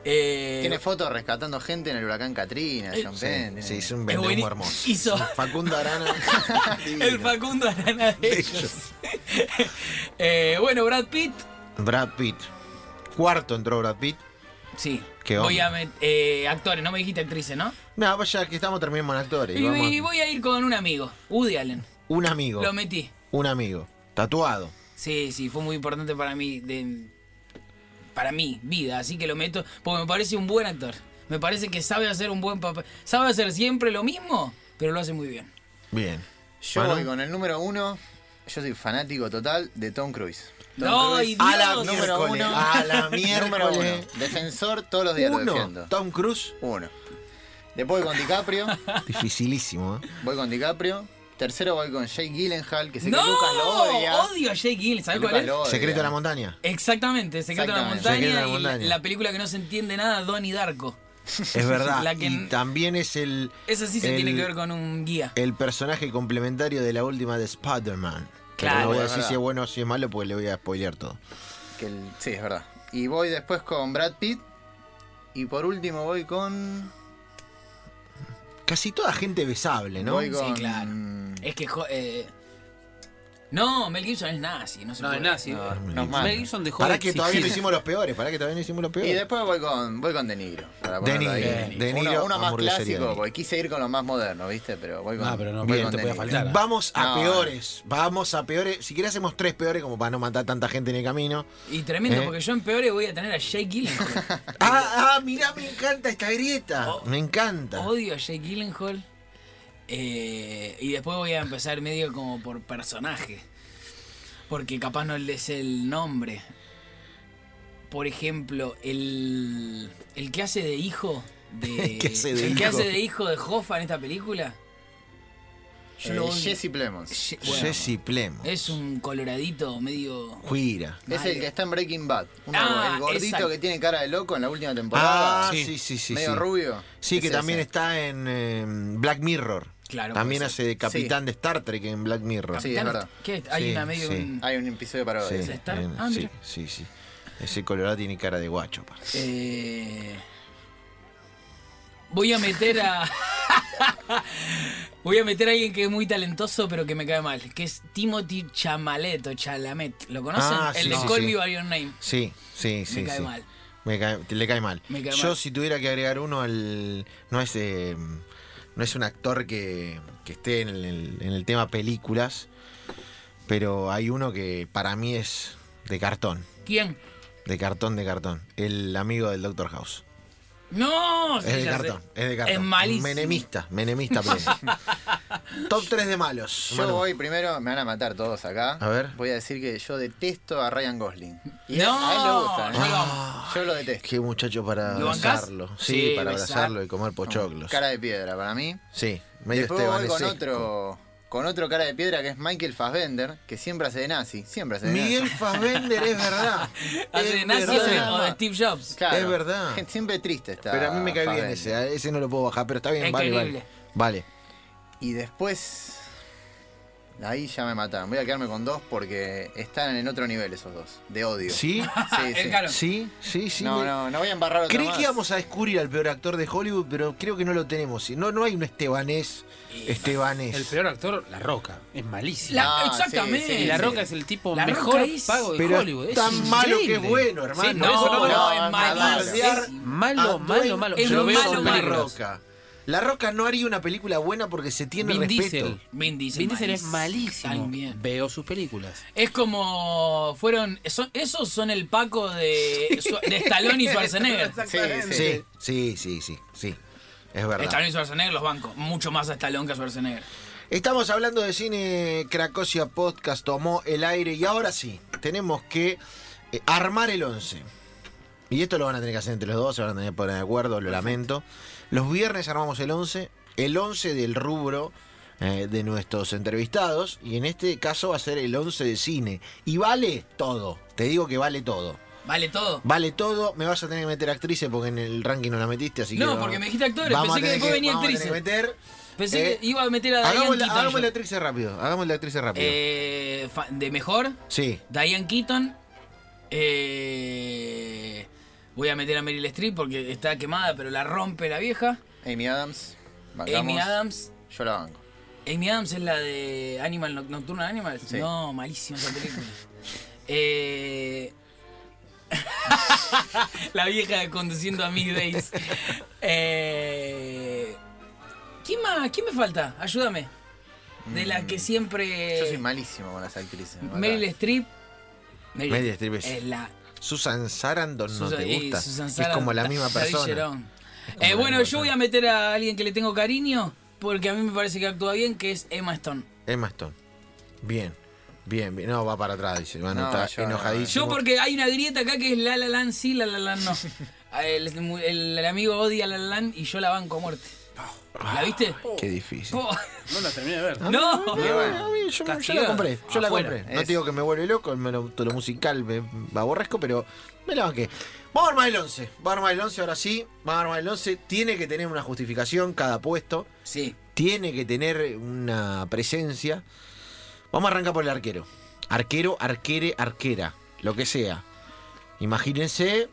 [SPEAKER 2] Eh,
[SPEAKER 4] Tiene fotos rescatando gente en el huracán Katrina, Sean
[SPEAKER 1] Sí,
[SPEAKER 4] Penn. tiene-
[SPEAKER 1] sí, es un
[SPEAKER 2] Es
[SPEAKER 1] vendehumos
[SPEAKER 2] bueni-
[SPEAKER 1] hermoso.
[SPEAKER 2] eh, hizo-
[SPEAKER 1] Facundo Arana. divino.
[SPEAKER 2] el Facundo Arana de
[SPEAKER 1] De
[SPEAKER 2] ellos. Eh, bueno, Brad Pitt.
[SPEAKER 1] Brad Pitt. Cuarto entró Brad Pitt.
[SPEAKER 2] Sí.
[SPEAKER 1] Qué
[SPEAKER 2] voy
[SPEAKER 1] onda.
[SPEAKER 2] a met- eh, actores, no me dijiste actrices, ¿no?
[SPEAKER 1] No, pues ya que estamos terminando en actores.
[SPEAKER 2] Y,
[SPEAKER 1] vamos-
[SPEAKER 2] y voy a ir con un amigo, Woody Allen.
[SPEAKER 1] Un amigo.
[SPEAKER 2] Lo metí.
[SPEAKER 1] Un amigo. Tatuado.
[SPEAKER 2] Sí, sí, fue muy importante para mí, de- para mi vida, así que lo meto, porque me parece un buen actor. Me parece que sabe hacer un buen papel. Sabe hacer siempre lo mismo, pero lo hace muy bien.
[SPEAKER 1] Bien.
[SPEAKER 4] Yo
[SPEAKER 1] Manu.
[SPEAKER 4] voy con el número uno. Yo soy fanático total de Tom Cruise. Tom
[SPEAKER 2] No,
[SPEAKER 4] Cruise,
[SPEAKER 2] y
[SPEAKER 1] A la
[SPEAKER 2] Dios.
[SPEAKER 1] número
[SPEAKER 4] Número uno.
[SPEAKER 1] A Ah, la
[SPEAKER 4] número uno.
[SPEAKER 1] miércoles.
[SPEAKER 4] Defensor todos los días lo
[SPEAKER 1] Uno.
[SPEAKER 4] defiendo.
[SPEAKER 1] Tom Cruise.
[SPEAKER 4] Uno. Después voy con DiCaprio.
[SPEAKER 1] Dificilísimo, ¿eh?
[SPEAKER 4] voy con DiCaprio. Tercero voy con Jake Gyllenhaal, que sé
[SPEAKER 2] no,
[SPEAKER 4] que Lucas lo odia.
[SPEAKER 2] odio a Jake Gyllenhaal, ¿sabes
[SPEAKER 4] Lucas
[SPEAKER 2] cuál es?
[SPEAKER 4] lo odia.
[SPEAKER 1] Secreto de la montaña.
[SPEAKER 2] Exactamente, Secreto de la
[SPEAKER 4] Exactamente.
[SPEAKER 2] Montaña
[SPEAKER 1] Secreto de la
[SPEAKER 2] y la,
[SPEAKER 1] Montaña.
[SPEAKER 2] la película que no se entiende nada, Donnie Darko.
[SPEAKER 1] Es verdad.
[SPEAKER 2] La que-
[SPEAKER 1] Y también es el,
[SPEAKER 2] Eso sí se
[SPEAKER 1] El-
[SPEAKER 2] tiene que ver con un guía.
[SPEAKER 1] el personaje complementario de la última de Spider-Man. Pero
[SPEAKER 2] Claro.
[SPEAKER 1] No voy a
[SPEAKER 4] Es
[SPEAKER 1] decir
[SPEAKER 4] verdad.
[SPEAKER 1] si es bueno o si es malo porque le voy a spoilear todo.
[SPEAKER 4] Que el- sí, es verdad. Y voy después con Brad Pitt. Y por último voy con.
[SPEAKER 1] Casi toda gente besable, ¿no?
[SPEAKER 4] Voy
[SPEAKER 2] Sí,
[SPEAKER 4] con.
[SPEAKER 2] claro. Es que... jo- eh, No, Mel Gibson es nazi, no se
[SPEAKER 3] No,
[SPEAKER 2] puede.
[SPEAKER 3] es nazi.
[SPEAKER 4] No,
[SPEAKER 3] No,
[SPEAKER 4] hermano.
[SPEAKER 3] Mel Gibson dejó
[SPEAKER 1] Pará
[SPEAKER 3] de
[SPEAKER 1] que
[SPEAKER 3] existir.
[SPEAKER 1] todavía no hicimos los peores, pará que todavía no hicimos los
[SPEAKER 4] Y
[SPEAKER 1] peores.
[SPEAKER 4] después voy con, voy con De Niro. para
[SPEAKER 1] De
[SPEAKER 4] ponerlo ahí.
[SPEAKER 1] Niro, De
[SPEAKER 4] Uno-
[SPEAKER 1] Niro,
[SPEAKER 4] Uno, más
[SPEAKER 1] hamburguesería De
[SPEAKER 4] clásico,
[SPEAKER 1] Niro.
[SPEAKER 4] porque quise ir con lo más moderno, ¿viste? Pero voy con.
[SPEAKER 3] Ah, pero no,
[SPEAKER 4] voy
[SPEAKER 3] bien,
[SPEAKER 4] con
[SPEAKER 3] te
[SPEAKER 4] De
[SPEAKER 3] podía
[SPEAKER 4] Niro.
[SPEAKER 3] faltar. Claro.
[SPEAKER 1] Vamos a
[SPEAKER 4] No, eh,
[SPEAKER 1] peores, vamos a peores. Si querés hacemos tres peores como para no matar tanta gente en el camino.
[SPEAKER 2] Y tremendo,
[SPEAKER 1] ¿Eh?
[SPEAKER 2] porque yo en peores voy a tener a Jake Gyllenhaal.
[SPEAKER 1] Ah, ah, mirá, me encanta esta grieta.
[SPEAKER 2] Oh.
[SPEAKER 1] Me encanta.
[SPEAKER 2] Odio a Jake Gyllenhaal. Eh, y después voy a empezar medio como por personaje. Porque capaz no le sé el nombre. Por ejemplo, el, el que hace de hijo de.
[SPEAKER 1] El que hace de
[SPEAKER 2] el que
[SPEAKER 1] hijo.
[SPEAKER 2] hace de hijo de Hoffa en esta película. Yo
[SPEAKER 4] Eh,
[SPEAKER 2] lo odio.
[SPEAKER 4] Jesse Plemons.
[SPEAKER 2] Ye- bueno,
[SPEAKER 1] Jesse Plemons.
[SPEAKER 2] Es un coloradito medio.
[SPEAKER 1] Juira.
[SPEAKER 4] Es el que está en Breaking Bad. Uno-
[SPEAKER 2] Ah,
[SPEAKER 4] el gordito
[SPEAKER 2] exacto.
[SPEAKER 4] que tiene cara de loco en la última temporada.
[SPEAKER 1] Ah,
[SPEAKER 3] sí.
[SPEAKER 1] sí, sí, sí.
[SPEAKER 4] medio
[SPEAKER 1] sí.
[SPEAKER 4] rubio.
[SPEAKER 1] Sí,
[SPEAKER 4] Es
[SPEAKER 1] que
[SPEAKER 4] ese.
[SPEAKER 1] también está en eh, Black Mirror.
[SPEAKER 2] Claro,
[SPEAKER 1] También
[SPEAKER 2] puede
[SPEAKER 1] hace de capitán
[SPEAKER 4] Sí.
[SPEAKER 1] de Star Trek en Black Mirror.
[SPEAKER 4] Sí, es
[SPEAKER 2] Capitán-
[SPEAKER 4] verdad.
[SPEAKER 2] ¿Qué es? Hay
[SPEAKER 1] Sí,
[SPEAKER 2] una medio.
[SPEAKER 1] sí.
[SPEAKER 2] un-
[SPEAKER 4] Hay un episodio para
[SPEAKER 1] Sí,
[SPEAKER 4] hoy.
[SPEAKER 2] ¿Es de Star?
[SPEAKER 1] en-
[SPEAKER 2] Ah,
[SPEAKER 1] sí,
[SPEAKER 2] mira.
[SPEAKER 1] sí, sí. Ese colorado tiene cara de guacho. pa.
[SPEAKER 2] Eh, voy a meter a. voy a meter a alguien que es muy talentoso, pero que me cae mal. Que es Timothy Chamalet o Chalamet. ¿Lo conocen?
[SPEAKER 1] Ah,
[SPEAKER 2] el
[SPEAKER 1] sí,
[SPEAKER 2] de
[SPEAKER 1] sí,
[SPEAKER 2] Call
[SPEAKER 1] sí.
[SPEAKER 2] Me by Your Name.
[SPEAKER 1] Sí, sí, sí.
[SPEAKER 2] cae
[SPEAKER 1] sí.
[SPEAKER 2] mal.
[SPEAKER 1] Me cae- te- le cae mal.
[SPEAKER 2] Me cae
[SPEAKER 1] Yo
[SPEAKER 2] mal.
[SPEAKER 1] si tuviera que agregar uno al... No es, eh, no es un actor que, que esté en el, en el tema películas, pero hay uno que para mí es de cartón.
[SPEAKER 2] ¿Quién?
[SPEAKER 1] De cartón, de cartón. El amigo del Doctor House.
[SPEAKER 2] No, sí,
[SPEAKER 1] Es de
[SPEAKER 2] ya sé.
[SPEAKER 1] cartón, es de cartón.
[SPEAKER 2] Es malísimo.
[SPEAKER 1] Menemista, menemista pleno. Top 3 de malos.
[SPEAKER 4] Yo
[SPEAKER 1] Manu.
[SPEAKER 4] voy primero, me van a matar todos acá.
[SPEAKER 1] A ver.
[SPEAKER 4] Voy a decir que yo detesto a Ryan Gosling. Y
[SPEAKER 2] No,
[SPEAKER 4] a él le gusta.
[SPEAKER 2] yo lo
[SPEAKER 4] ¿eh?
[SPEAKER 2] amo.
[SPEAKER 1] Ah.
[SPEAKER 4] Yo lo detesto.
[SPEAKER 1] Qué muchacho para
[SPEAKER 2] ¿Lo bancás?
[SPEAKER 1] abrazarlo. Sí,
[SPEAKER 2] Sí,
[SPEAKER 1] para
[SPEAKER 2] besar.
[SPEAKER 1] abrazarlo y comer pochoclos.
[SPEAKER 4] Cara de piedra para mí.
[SPEAKER 1] Sí, medio
[SPEAKER 4] Después
[SPEAKER 1] Esteban
[SPEAKER 4] voy con
[SPEAKER 1] Ezeico.
[SPEAKER 4] otro, con otro cara de piedra que es Michael Fassbender, que siempre hace de nazi. Siempre hace de
[SPEAKER 1] Miguel
[SPEAKER 4] nazi.
[SPEAKER 1] Fassbender es verdad.
[SPEAKER 2] Hace de
[SPEAKER 1] Es
[SPEAKER 2] nazi o de-
[SPEAKER 1] verdad.
[SPEAKER 2] o de Steve Jobs.
[SPEAKER 4] Claro,
[SPEAKER 1] Es verdad.
[SPEAKER 4] gente Siempre triste está.
[SPEAKER 1] Pero a mí me cae bien
[SPEAKER 4] Fassbender.
[SPEAKER 1] ese. ¿eh? a Ese no lo puedo bajar, pero está bien, vale, vale.
[SPEAKER 2] Increíble.
[SPEAKER 1] Vale.
[SPEAKER 4] Y después. Ahí ya me mataron. Voy a quedarme con dos porque están en otro nivel esos dos. De odio.
[SPEAKER 1] ¿Sí?
[SPEAKER 4] Sí, sí.
[SPEAKER 2] Ah, El caro.
[SPEAKER 1] Sí, sí, sí.
[SPEAKER 4] No, no, no voy a embarrar otro
[SPEAKER 1] Creí
[SPEAKER 4] más.
[SPEAKER 1] que íbamos a descubrir al peor actor de Hollywood, pero creo que no lo tenemos. No, no hay un estebanés. Estebanés.
[SPEAKER 3] El peor actor, La Roca. Es malísimo.
[SPEAKER 2] La-
[SPEAKER 4] Ah, sí,
[SPEAKER 2] exactamente.
[SPEAKER 4] sí,
[SPEAKER 3] Y
[SPEAKER 4] sí.
[SPEAKER 3] La Roca es el tipo
[SPEAKER 2] La Roca
[SPEAKER 3] mejor
[SPEAKER 2] es-
[SPEAKER 3] pago de
[SPEAKER 1] pero
[SPEAKER 3] Hollywood.
[SPEAKER 1] es
[SPEAKER 3] Es
[SPEAKER 1] tan malo que
[SPEAKER 3] increíble.
[SPEAKER 1] es bueno, hermano.
[SPEAKER 3] Sí,
[SPEAKER 2] No,
[SPEAKER 3] por eso no,
[SPEAKER 2] no,
[SPEAKER 4] no,
[SPEAKER 2] es
[SPEAKER 4] no,
[SPEAKER 2] malísimo.
[SPEAKER 1] bardear
[SPEAKER 2] Es-
[SPEAKER 1] a
[SPEAKER 3] Malo, malo,
[SPEAKER 1] Dwayne-
[SPEAKER 3] malo.
[SPEAKER 2] es
[SPEAKER 3] Yo lo veo
[SPEAKER 2] malo,
[SPEAKER 3] en
[SPEAKER 2] malo.
[SPEAKER 1] La
[SPEAKER 3] películas.
[SPEAKER 1] Roca. La Roca no haría una película buena porque se tiene
[SPEAKER 3] Vin
[SPEAKER 1] respeto.
[SPEAKER 3] Diesel.
[SPEAKER 2] Vin Diesel
[SPEAKER 3] Vin Diesel es malísimo.
[SPEAKER 2] También.
[SPEAKER 3] Veo sus películas.
[SPEAKER 2] Es como fueron son- esos son el Paco de, su- de Stallone y Schwarzenegger.
[SPEAKER 4] Sí, sí.
[SPEAKER 1] Sí, sí, sí, sí, sí. Es verdad.
[SPEAKER 2] Stallone y Schwarzenegger los bancos, mucho más a Stallone que a Schwarzenegger.
[SPEAKER 1] Estamos hablando de cine, Cracosia Podcast tomó el aire y ahora sí, tenemos que eh, armar el 11. Y esto lo van a tener que hacer entre los dos, se van a tener que poner de acuerdo, lo lamento. Los viernes armamos el 11, el 11 del rubro eh, de nuestros entrevistados y en este caso va a ser el 11 de cine. Y vale todo, te digo que vale todo.
[SPEAKER 2] Vale todo.
[SPEAKER 1] Vale todo, me vas a tener que meter actrices porque en el ranking no la metiste, así que...
[SPEAKER 2] No,
[SPEAKER 1] vamos-
[SPEAKER 2] porque me dijiste actores,
[SPEAKER 1] vamos a
[SPEAKER 2] pensé que
[SPEAKER 1] tener
[SPEAKER 2] después venía
[SPEAKER 1] vamos a tener
[SPEAKER 2] actrices.
[SPEAKER 1] que meter,
[SPEAKER 2] Pensé
[SPEAKER 1] eh,
[SPEAKER 2] que iba a meter a Diane
[SPEAKER 1] Hagamos la,
[SPEAKER 2] Keaton.
[SPEAKER 1] hagamos
[SPEAKER 2] yo.
[SPEAKER 1] la actriz rápido, hagamos la actriz rápido.
[SPEAKER 2] Eh, fa- de mejor,
[SPEAKER 1] sí.
[SPEAKER 2] Diane Keaton. eh, voy a meter a Meryl Streep porque está quemada, pero la rompe la vieja.
[SPEAKER 4] Amy Adams.
[SPEAKER 2] Amy
[SPEAKER 4] bancamos.
[SPEAKER 2] Adams.
[SPEAKER 4] Yo la banco.
[SPEAKER 2] Amy Adams es la de Animal Noc- Nocturnal Animals.
[SPEAKER 4] Sí.
[SPEAKER 2] No, malísima esa película. Eh, la vieja de conduciendo a Miss Days. Eh, ¿Quién más? ¿Quién me falta? Ayúdame. De la
[SPEAKER 1] Mm.
[SPEAKER 2] que siempre.
[SPEAKER 4] Yo soy malísimo con las actrices. la verdad.
[SPEAKER 2] Eh, Meryl Streep.
[SPEAKER 1] Meryl Streep es-
[SPEAKER 2] es la
[SPEAKER 1] Susan Sarandon no
[SPEAKER 2] Susan-
[SPEAKER 1] te
[SPEAKER 2] y
[SPEAKER 1] gusta.
[SPEAKER 2] Susan
[SPEAKER 1] es
[SPEAKER 2] Sarandon,
[SPEAKER 1] como la misma
[SPEAKER 2] David
[SPEAKER 1] persona.
[SPEAKER 2] Jerome.
[SPEAKER 1] como
[SPEAKER 2] Eh,
[SPEAKER 1] la
[SPEAKER 2] bueno,
[SPEAKER 1] misma
[SPEAKER 2] yo voy
[SPEAKER 1] persona.
[SPEAKER 2] a meter a alguien que le tengo cariño porque a mí me parece que actúa bien, que es Emma Stone.
[SPEAKER 1] Emma Stone. Bien, bien, bien. No, va para atrás, dice. Bueno,
[SPEAKER 4] No,
[SPEAKER 1] está
[SPEAKER 4] yo no.
[SPEAKER 1] enojadísimo.
[SPEAKER 2] Yo porque hay una grieta acá que es La La Land sí, La La Land no. Ah, El, el- el amigo odia La La Land y yo la banco a muerte. ¿La viste? Oh.
[SPEAKER 1] Qué difícil.
[SPEAKER 2] Po-
[SPEAKER 3] No la terminé de ver.
[SPEAKER 2] No.
[SPEAKER 1] No, a mí, yo, yo
[SPEAKER 2] Castiga.
[SPEAKER 1] la compré, yo la
[SPEAKER 2] Afuera.
[SPEAKER 1] compré. No te
[SPEAKER 4] Es-
[SPEAKER 1] digo que me vuelve loco, me lo, todo lo musical me me aborrezco, pero me la banqué. Vamos a armar el 11, va a armar el 11 ahora sí, va a armar el 11. Tiene que tener una justificación cada puesto,
[SPEAKER 2] Sí.
[SPEAKER 1] tiene que tener una presencia. Vamos a arrancar por el arquero. Arquero, arquere, arquera, lo que sea. Imagínense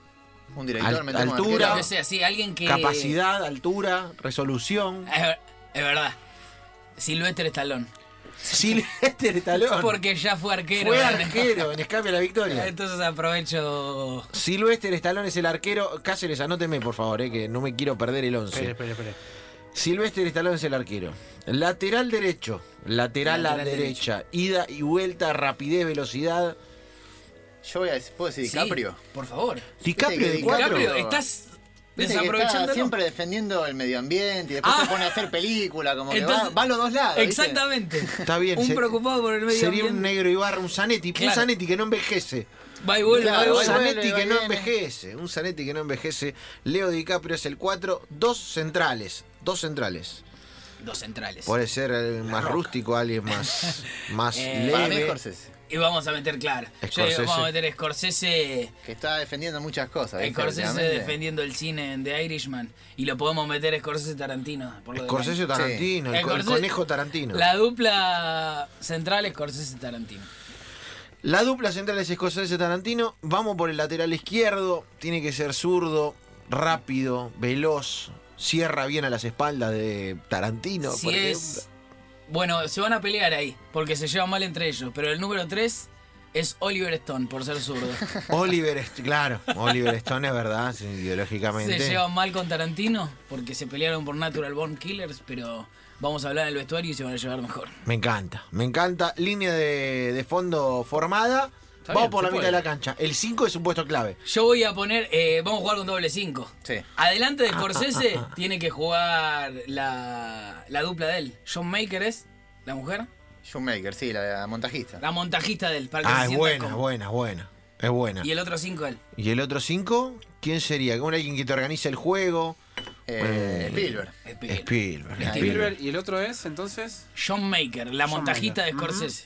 [SPEAKER 4] Un director,
[SPEAKER 1] Al-
[SPEAKER 4] metemos
[SPEAKER 1] altura.
[SPEAKER 2] Lo
[SPEAKER 4] arquero.
[SPEAKER 2] que sea, sí, alguien que.
[SPEAKER 1] capacidad, altura, resolución.
[SPEAKER 2] Es, ver- es verdad. Silvestre Stallone.
[SPEAKER 1] Silvestre Stallone.
[SPEAKER 2] Porque ya fue arquero.
[SPEAKER 1] fue arquero en Escape a la Victoria.
[SPEAKER 2] Entonces aprovecho.
[SPEAKER 1] Silvestre Stallone es el arquero. Cáceres, anóteme, por favor, eh, que no me quiero perder el
[SPEAKER 3] Espera,
[SPEAKER 1] 11.
[SPEAKER 3] espera, espera.
[SPEAKER 1] Silvestre Stallone es el arquero. Lateral derecho, lateral, a la
[SPEAKER 2] Lateral
[SPEAKER 1] derecha, ida y vuelta, rapidez, velocidad.
[SPEAKER 4] Yo voy a decir, ¿puedo decir
[SPEAKER 2] Sí,
[SPEAKER 4] DiCaprio?
[SPEAKER 2] por favor.
[SPEAKER 1] DiCaprio
[SPEAKER 4] que
[SPEAKER 1] de cuatro.
[SPEAKER 2] DiCaprio, estás
[SPEAKER 4] Viste que está
[SPEAKER 2] desaprovechando.
[SPEAKER 4] siempre defendiendo el medio ambiente y después
[SPEAKER 2] Ah.
[SPEAKER 4] se pone a hacer película, como que va,
[SPEAKER 2] Entonces-
[SPEAKER 4] va a los dos lados. ¿viste?
[SPEAKER 2] Exactamente.
[SPEAKER 1] Está bien.
[SPEAKER 2] Un
[SPEAKER 1] se-
[SPEAKER 2] preocupado por el medio
[SPEAKER 1] Sería un
[SPEAKER 2] ambiente.
[SPEAKER 1] negro Ibarra, un Zanetti. Un
[SPEAKER 2] Claro.
[SPEAKER 1] Zanetti que no envejece.
[SPEAKER 2] Va y vuelve,
[SPEAKER 4] Claro,
[SPEAKER 2] va y
[SPEAKER 1] un
[SPEAKER 4] va y
[SPEAKER 2] vuelve.
[SPEAKER 1] Zanetti
[SPEAKER 4] vuelve, va
[SPEAKER 1] que
[SPEAKER 4] y
[SPEAKER 1] no
[SPEAKER 4] viene.
[SPEAKER 1] envejece. Un Zanetti que no envejece. Leo DiCaprio es el 4. Dos centrales. Dos centrales.
[SPEAKER 2] Dos centrales.
[SPEAKER 1] Puede ser eh, más rústico, alguien más, más
[SPEAKER 2] Eh,
[SPEAKER 4] Para mí
[SPEAKER 1] leve.
[SPEAKER 4] Scorsese,
[SPEAKER 2] Y vamos a meter, claro. Yo digo,
[SPEAKER 1] Scorsese.
[SPEAKER 2] vamos a meter Scorsese.
[SPEAKER 4] que está defendiendo muchas cosas. ¿viste?
[SPEAKER 2] Scorsese
[SPEAKER 4] Últimamente.
[SPEAKER 2] defendiendo el cine en The Irishman. Y lo podemos meter Scorsese Tarantino. por lo demás. Eh,
[SPEAKER 1] Scorsese o Tarantino, el, co- el
[SPEAKER 2] Scorsese-
[SPEAKER 1] conejo Tarantino. La,
[SPEAKER 2] La dupla central Scorsese Tarantino.
[SPEAKER 1] dupla central es Scorsese Tarantino. Vamos por el lateral izquierdo. Tiene que ser zurdo, rápido, veloz. Cierra bien a las espaldas de Tarantino.
[SPEAKER 2] si
[SPEAKER 1] por
[SPEAKER 2] es.
[SPEAKER 1] ejemplo.
[SPEAKER 2] Bueno, se van a pelear ahí, porque se llevan mal entre ellos. Pero el número 3 es Oliver Stone, por ser zurdo.
[SPEAKER 1] Oliver, St- claro, Oliver Stone es verdad, sí, ideológicamente.
[SPEAKER 2] se llevan mal con Tarantino, porque se pelearon por Natural Born Killers, pero vamos a hablar en el vestuario y se van a llevar mejor.
[SPEAKER 1] Me encanta, me encanta. Línea de, de fondo formada.
[SPEAKER 3] Está
[SPEAKER 1] Vamos
[SPEAKER 3] bien,
[SPEAKER 1] por
[SPEAKER 3] se
[SPEAKER 1] la mitad
[SPEAKER 3] puede.
[SPEAKER 1] de la cancha. El 5 es un puesto clave.
[SPEAKER 2] Yo voy a poner. eh, vamos a jugar con doble 5.
[SPEAKER 4] Sí.
[SPEAKER 2] Adelante
[SPEAKER 1] Ah,
[SPEAKER 2] de Scorsese tiene que jugar la, la dupla de él. John Maker es la mujer,
[SPEAKER 4] Shoemaker, sí, la, la montajista.
[SPEAKER 2] la montajista de él. Para que
[SPEAKER 1] Ah,
[SPEAKER 2] se
[SPEAKER 1] es
[SPEAKER 2] sienta
[SPEAKER 1] buena,
[SPEAKER 2] como-
[SPEAKER 1] buena, buena. Es buena.
[SPEAKER 2] Y el otro 5 él.
[SPEAKER 1] ¿Y el otro 5? ¿Quién sería? ¿Como alguien que te organiza el juego?
[SPEAKER 4] Eh, Spielberg.
[SPEAKER 2] Spielberg.
[SPEAKER 1] Spielberg.
[SPEAKER 3] Spielberg y el otro es, entonces.
[SPEAKER 2] John Maker, la
[SPEAKER 3] John
[SPEAKER 2] montajita de Scorsese.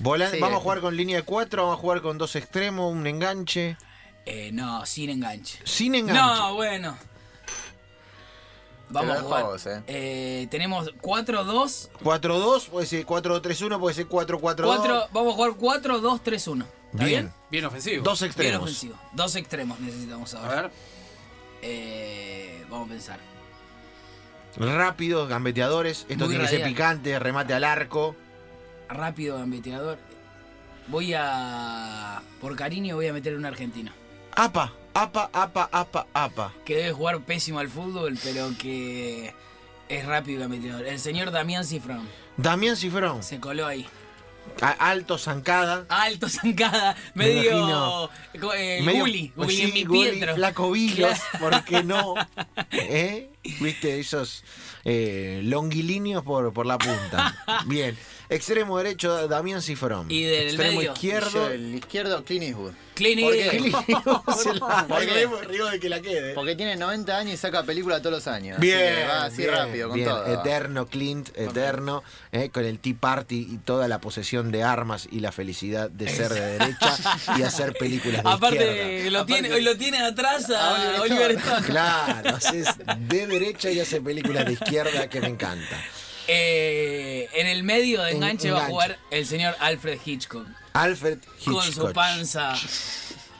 [SPEAKER 1] Volan-
[SPEAKER 4] Sí,
[SPEAKER 1] vamos a
[SPEAKER 4] eh.
[SPEAKER 1] jugar con línea de 4, vamos a jugar con dos extremos, un enganche.
[SPEAKER 2] Eh, no, sin enganche.
[SPEAKER 1] Sin enganche.
[SPEAKER 2] No, bueno. Vamos a
[SPEAKER 4] dejo
[SPEAKER 2] jugar.
[SPEAKER 4] a vos, eh.
[SPEAKER 2] Eh, tenemos 4-2.
[SPEAKER 1] 4-2, puede ser 4-3-1, puede ser 4-4-2.
[SPEAKER 2] cuatro- Vamos a jugar 4-2-3-1. ¿Está
[SPEAKER 1] Bien.
[SPEAKER 2] bien?
[SPEAKER 3] Bien ofensivo.
[SPEAKER 1] Dos
[SPEAKER 2] Bien
[SPEAKER 1] extremos.
[SPEAKER 2] ofensivo. Dos extremos necesitamos
[SPEAKER 3] A
[SPEAKER 2] ahora.
[SPEAKER 3] ver.
[SPEAKER 2] Eh, vamos a pensar.
[SPEAKER 1] Rápidos, gambeteadores. Esto
[SPEAKER 2] Muy
[SPEAKER 1] tiene que ser
[SPEAKER 2] radial.
[SPEAKER 1] picante, remate al arco.
[SPEAKER 2] Rápido, gambeteador. Voy a. Por cariño, voy a meter un argentino.
[SPEAKER 1] Apa, apa, apa, apa, apa.
[SPEAKER 2] Que debe jugar pésimo al fútbol, pero que. Es rápido, gambeteador. El señor Damián Cifrón
[SPEAKER 1] Damián Cifrón,
[SPEAKER 2] se coló ahí.
[SPEAKER 1] a- alto zancada.
[SPEAKER 2] Alto, zancada, medio. eh, Gulli, Gulli
[SPEAKER 1] Pues sí,
[SPEAKER 2] en mi
[SPEAKER 1] Gulli,
[SPEAKER 2] Pietro.
[SPEAKER 1] flaco Vilos, ¿por qué no? ¿Eh? ¿Viste? Esos eh, longuilíneos por, por la punta. Bien. Extremo derecho, Damián Cifrón.
[SPEAKER 2] Y del
[SPEAKER 1] Extremo
[SPEAKER 2] medio.
[SPEAKER 1] izquierdo.
[SPEAKER 4] Yo, el izquierdo, Clint Eastwood.
[SPEAKER 2] Clint
[SPEAKER 4] ¿Por
[SPEAKER 2] Eastwood.
[SPEAKER 4] qué?
[SPEAKER 1] Se la-
[SPEAKER 4] ¿Por qué?
[SPEAKER 1] Rigo de que la quede.
[SPEAKER 4] Porque tiene 90 años y saca película todos los años. así
[SPEAKER 1] Bien,
[SPEAKER 4] que va así
[SPEAKER 1] bien,
[SPEAKER 4] rápido, con
[SPEAKER 1] bien.
[SPEAKER 4] todo.
[SPEAKER 1] Eterno Clint, eterno, eh, con el Tea Party y toda la posesión de armas y la felicidad de ser de derecha y hacer películas de izquierda.
[SPEAKER 2] Aparte, lo tiene, lo tiene atrás
[SPEAKER 4] a
[SPEAKER 2] a
[SPEAKER 4] Oliver
[SPEAKER 2] Oliver
[SPEAKER 4] Stone.
[SPEAKER 2] Stone.
[SPEAKER 1] Claro, es de derecha y hace películas de izquierda que me encanta.
[SPEAKER 2] Eh, en el medio de
[SPEAKER 1] En-
[SPEAKER 2] enganche va a
[SPEAKER 1] enganche.
[SPEAKER 2] jugar el señor Alfred Hitchcock.
[SPEAKER 1] Alfred Hitchcock.
[SPEAKER 2] Con su panza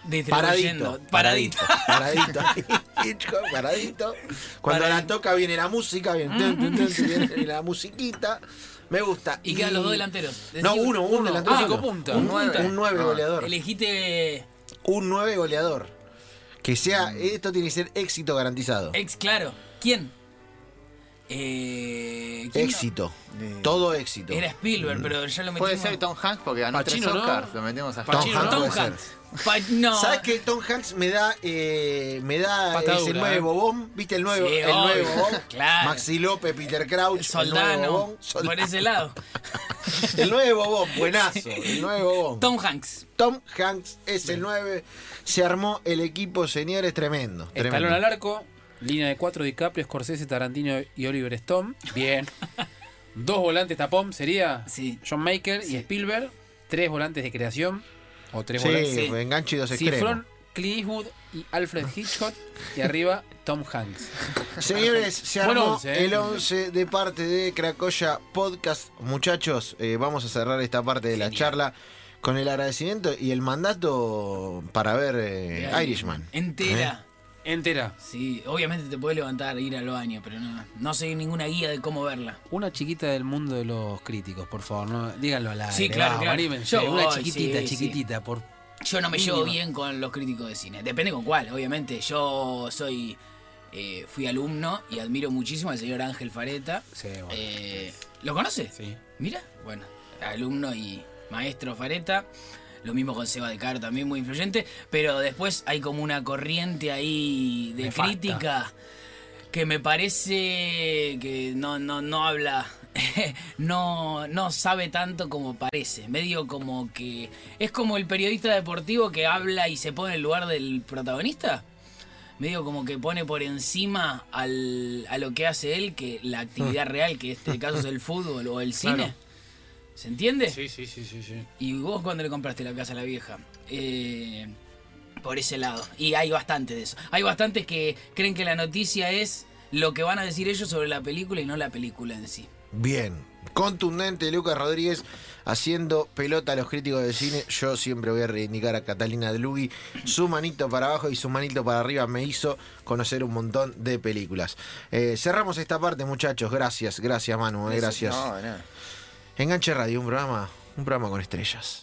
[SPEAKER 2] distribuyendo.
[SPEAKER 1] Paradito, paradito,
[SPEAKER 2] Paradita.
[SPEAKER 1] paradito, Hitchcock, paradito. Cuando
[SPEAKER 2] Paradi-
[SPEAKER 1] la toca viene la música, viene, tun, tun, tun, viene, viene la musiquita. Me gusta.
[SPEAKER 2] Y quedan los dos delanteros. Decí-
[SPEAKER 1] No, uno, uno, delantero.
[SPEAKER 3] Ah,
[SPEAKER 1] solo.
[SPEAKER 3] cinco puntas.
[SPEAKER 1] Un
[SPEAKER 3] Un
[SPEAKER 1] 9,
[SPEAKER 2] punta.
[SPEAKER 1] un nueve
[SPEAKER 4] Ah.
[SPEAKER 1] goleador.
[SPEAKER 2] Elegiste
[SPEAKER 1] Un 9 goleador. Que sea, esto tiene que ser éxito garantizado.
[SPEAKER 2] ex claro. ¿Quién? Eh, ¿quién no?
[SPEAKER 1] éxito.
[SPEAKER 4] Eh.
[SPEAKER 1] Todo éxito.
[SPEAKER 2] Era Spielberg, pero ya lo metimos.
[SPEAKER 4] Puede ser Tom Hanks porque ganó
[SPEAKER 3] Pacino,
[SPEAKER 4] tres
[SPEAKER 3] ¿no?
[SPEAKER 4] Oscars. Lo metemos a
[SPEAKER 3] Pacino,
[SPEAKER 4] Hanks.
[SPEAKER 1] Tom Hanks. puede
[SPEAKER 2] Tom
[SPEAKER 1] ser.
[SPEAKER 2] Hanks. Pa- no.
[SPEAKER 1] ¿Sabes que Tom Hanks me da, eh, me da
[SPEAKER 3] Patadura,
[SPEAKER 1] ese
[SPEAKER 3] eh.
[SPEAKER 1] nuevo bobón? ¿Viste el nuevo,
[SPEAKER 2] Sí,
[SPEAKER 1] el nuevo
[SPEAKER 2] obvio,
[SPEAKER 1] bobón?
[SPEAKER 2] claro.
[SPEAKER 1] Maxi López, Peter Crouch, el nuevo
[SPEAKER 2] Soldano.
[SPEAKER 1] bobón. Soldano.
[SPEAKER 2] Por ese lado.
[SPEAKER 1] El nuevo bobón, buenazo. El nuevo bobón. Tom,
[SPEAKER 2] Tom Hanks.
[SPEAKER 1] Hanks es el 9. Se armó el equipo, señores, tremendo. tremendo.
[SPEAKER 3] Escalón al arco. Línea de cuatro DiCaprio, Scorsese, Tarantino y Oliver Stone. Bien. Dos volantes tapón sería
[SPEAKER 2] Sí.
[SPEAKER 3] John Maker
[SPEAKER 2] Sí.
[SPEAKER 3] y Spielberg. Tres volantes de creación. O tres volantes.
[SPEAKER 1] Sí,
[SPEAKER 2] Sí.
[SPEAKER 1] enganche y dos extremos.
[SPEAKER 3] Cifrón, Clint Eastwood y Alfred Hitchcock. Y arriba Tom Hanks.
[SPEAKER 1] Señores, se
[SPEAKER 3] Buen
[SPEAKER 1] armó
[SPEAKER 3] once, ¿eh?
[SPEAKER 1] el 11 de parte de Cracoya Podcast. Muchachos, eh, vamos a cerrar esta parte de la
[SPEAKER 2] Genial.
[SPEAKER 1] charla con el agradecimiento y el mandato para ver eh,
[SPEAKER 2] Ahí.
[SPEAKER 1] Irishman.
[SPEAKER 2] Entera.
[SPEAKER 1] ¿Eh?
[SPEAKER 3] Entera.
[SPEAKER 2] Sí, obviamente te puedes levantar e ir al baño, pero no, no seguir ninguna guía de cómo verla.
[SPEAKER 3] Una chiquita del mundo de los críticos, por favor. No, díganlo al aire.
[SPEAKER 2] Sí, claro,
[SPEAKER 3] vamos,
[SPEAKER 2] claro.
[SPEAKER 3] anímense.
[SPEAKER 2] Yo
[SPEAKER 3] Una
[SPEAKER 2] voy,
[SPEAKER 3] chiquitita,
[SPEAKER 2] sí, sí.
[SPEAKER 3] chiquitita. Por...
[SPEAKER 2] Yo no me llevo
[SPEAKER 3] Mínimo.
[SPEAKER 2] bien con los críticos de cine. Depende con cuál, obviamente. Yo soy. eh, fui alumno y admiro muchísimo al señor Ángel Fareta.
[SPEAKER 3] Sí, bueno.
[SPEAKER 2] Eh, ¿Lo conoce?
[SPEAKER 3] Sí.
[SPEAKER 2] Mira, bueno, alumno y maestro Fareta. Lo mismo con Seba de Caro, también muy influyente. Pero después hay como una corriente ahí de
[SPEAKER 3] Nefasta.
[SPEAKER 2] crítica que me parece que no, no, no habla, no, no sabe tanto como parece. Medio como que es como el periodista deportivo que habla y se pone en el lugar del protagonista. Medio como que pone por encima al, a lo que hace él que la actividad real, que en este caso es el fútbol o el cine.
[SPEAKER 3] Claro.
[SPEAKER 2] ¿Se entiende?
[SPEAKER 3] sí, sí, sí, sí.
[SPEAKER 2] ¿Y vos cuándo le compraste la casa a la vieja? Eh, por ese lado. Y hay bastantes de eso. Hay bastantes que creen que la noticia es lo que van a decir ellos sobre la película y no la película en sí.
[SPEAKER 1] Bien. Contundente Lucas Rodríguez haciendo pelota a los críticos de cine. Yo siempre voy a reivindicar a Catalina Dlugi. Su manito para abajo y su manito para arriba me hizo conocer un montón de películas. Eh, cerramos esta parte, muchachos. Gracias, gracias Manu, eh, gracias.
[SPEAKER 4] No, de nada.
[SPEAKER 1] Enganche Radio, un programa, un programa con estrellas.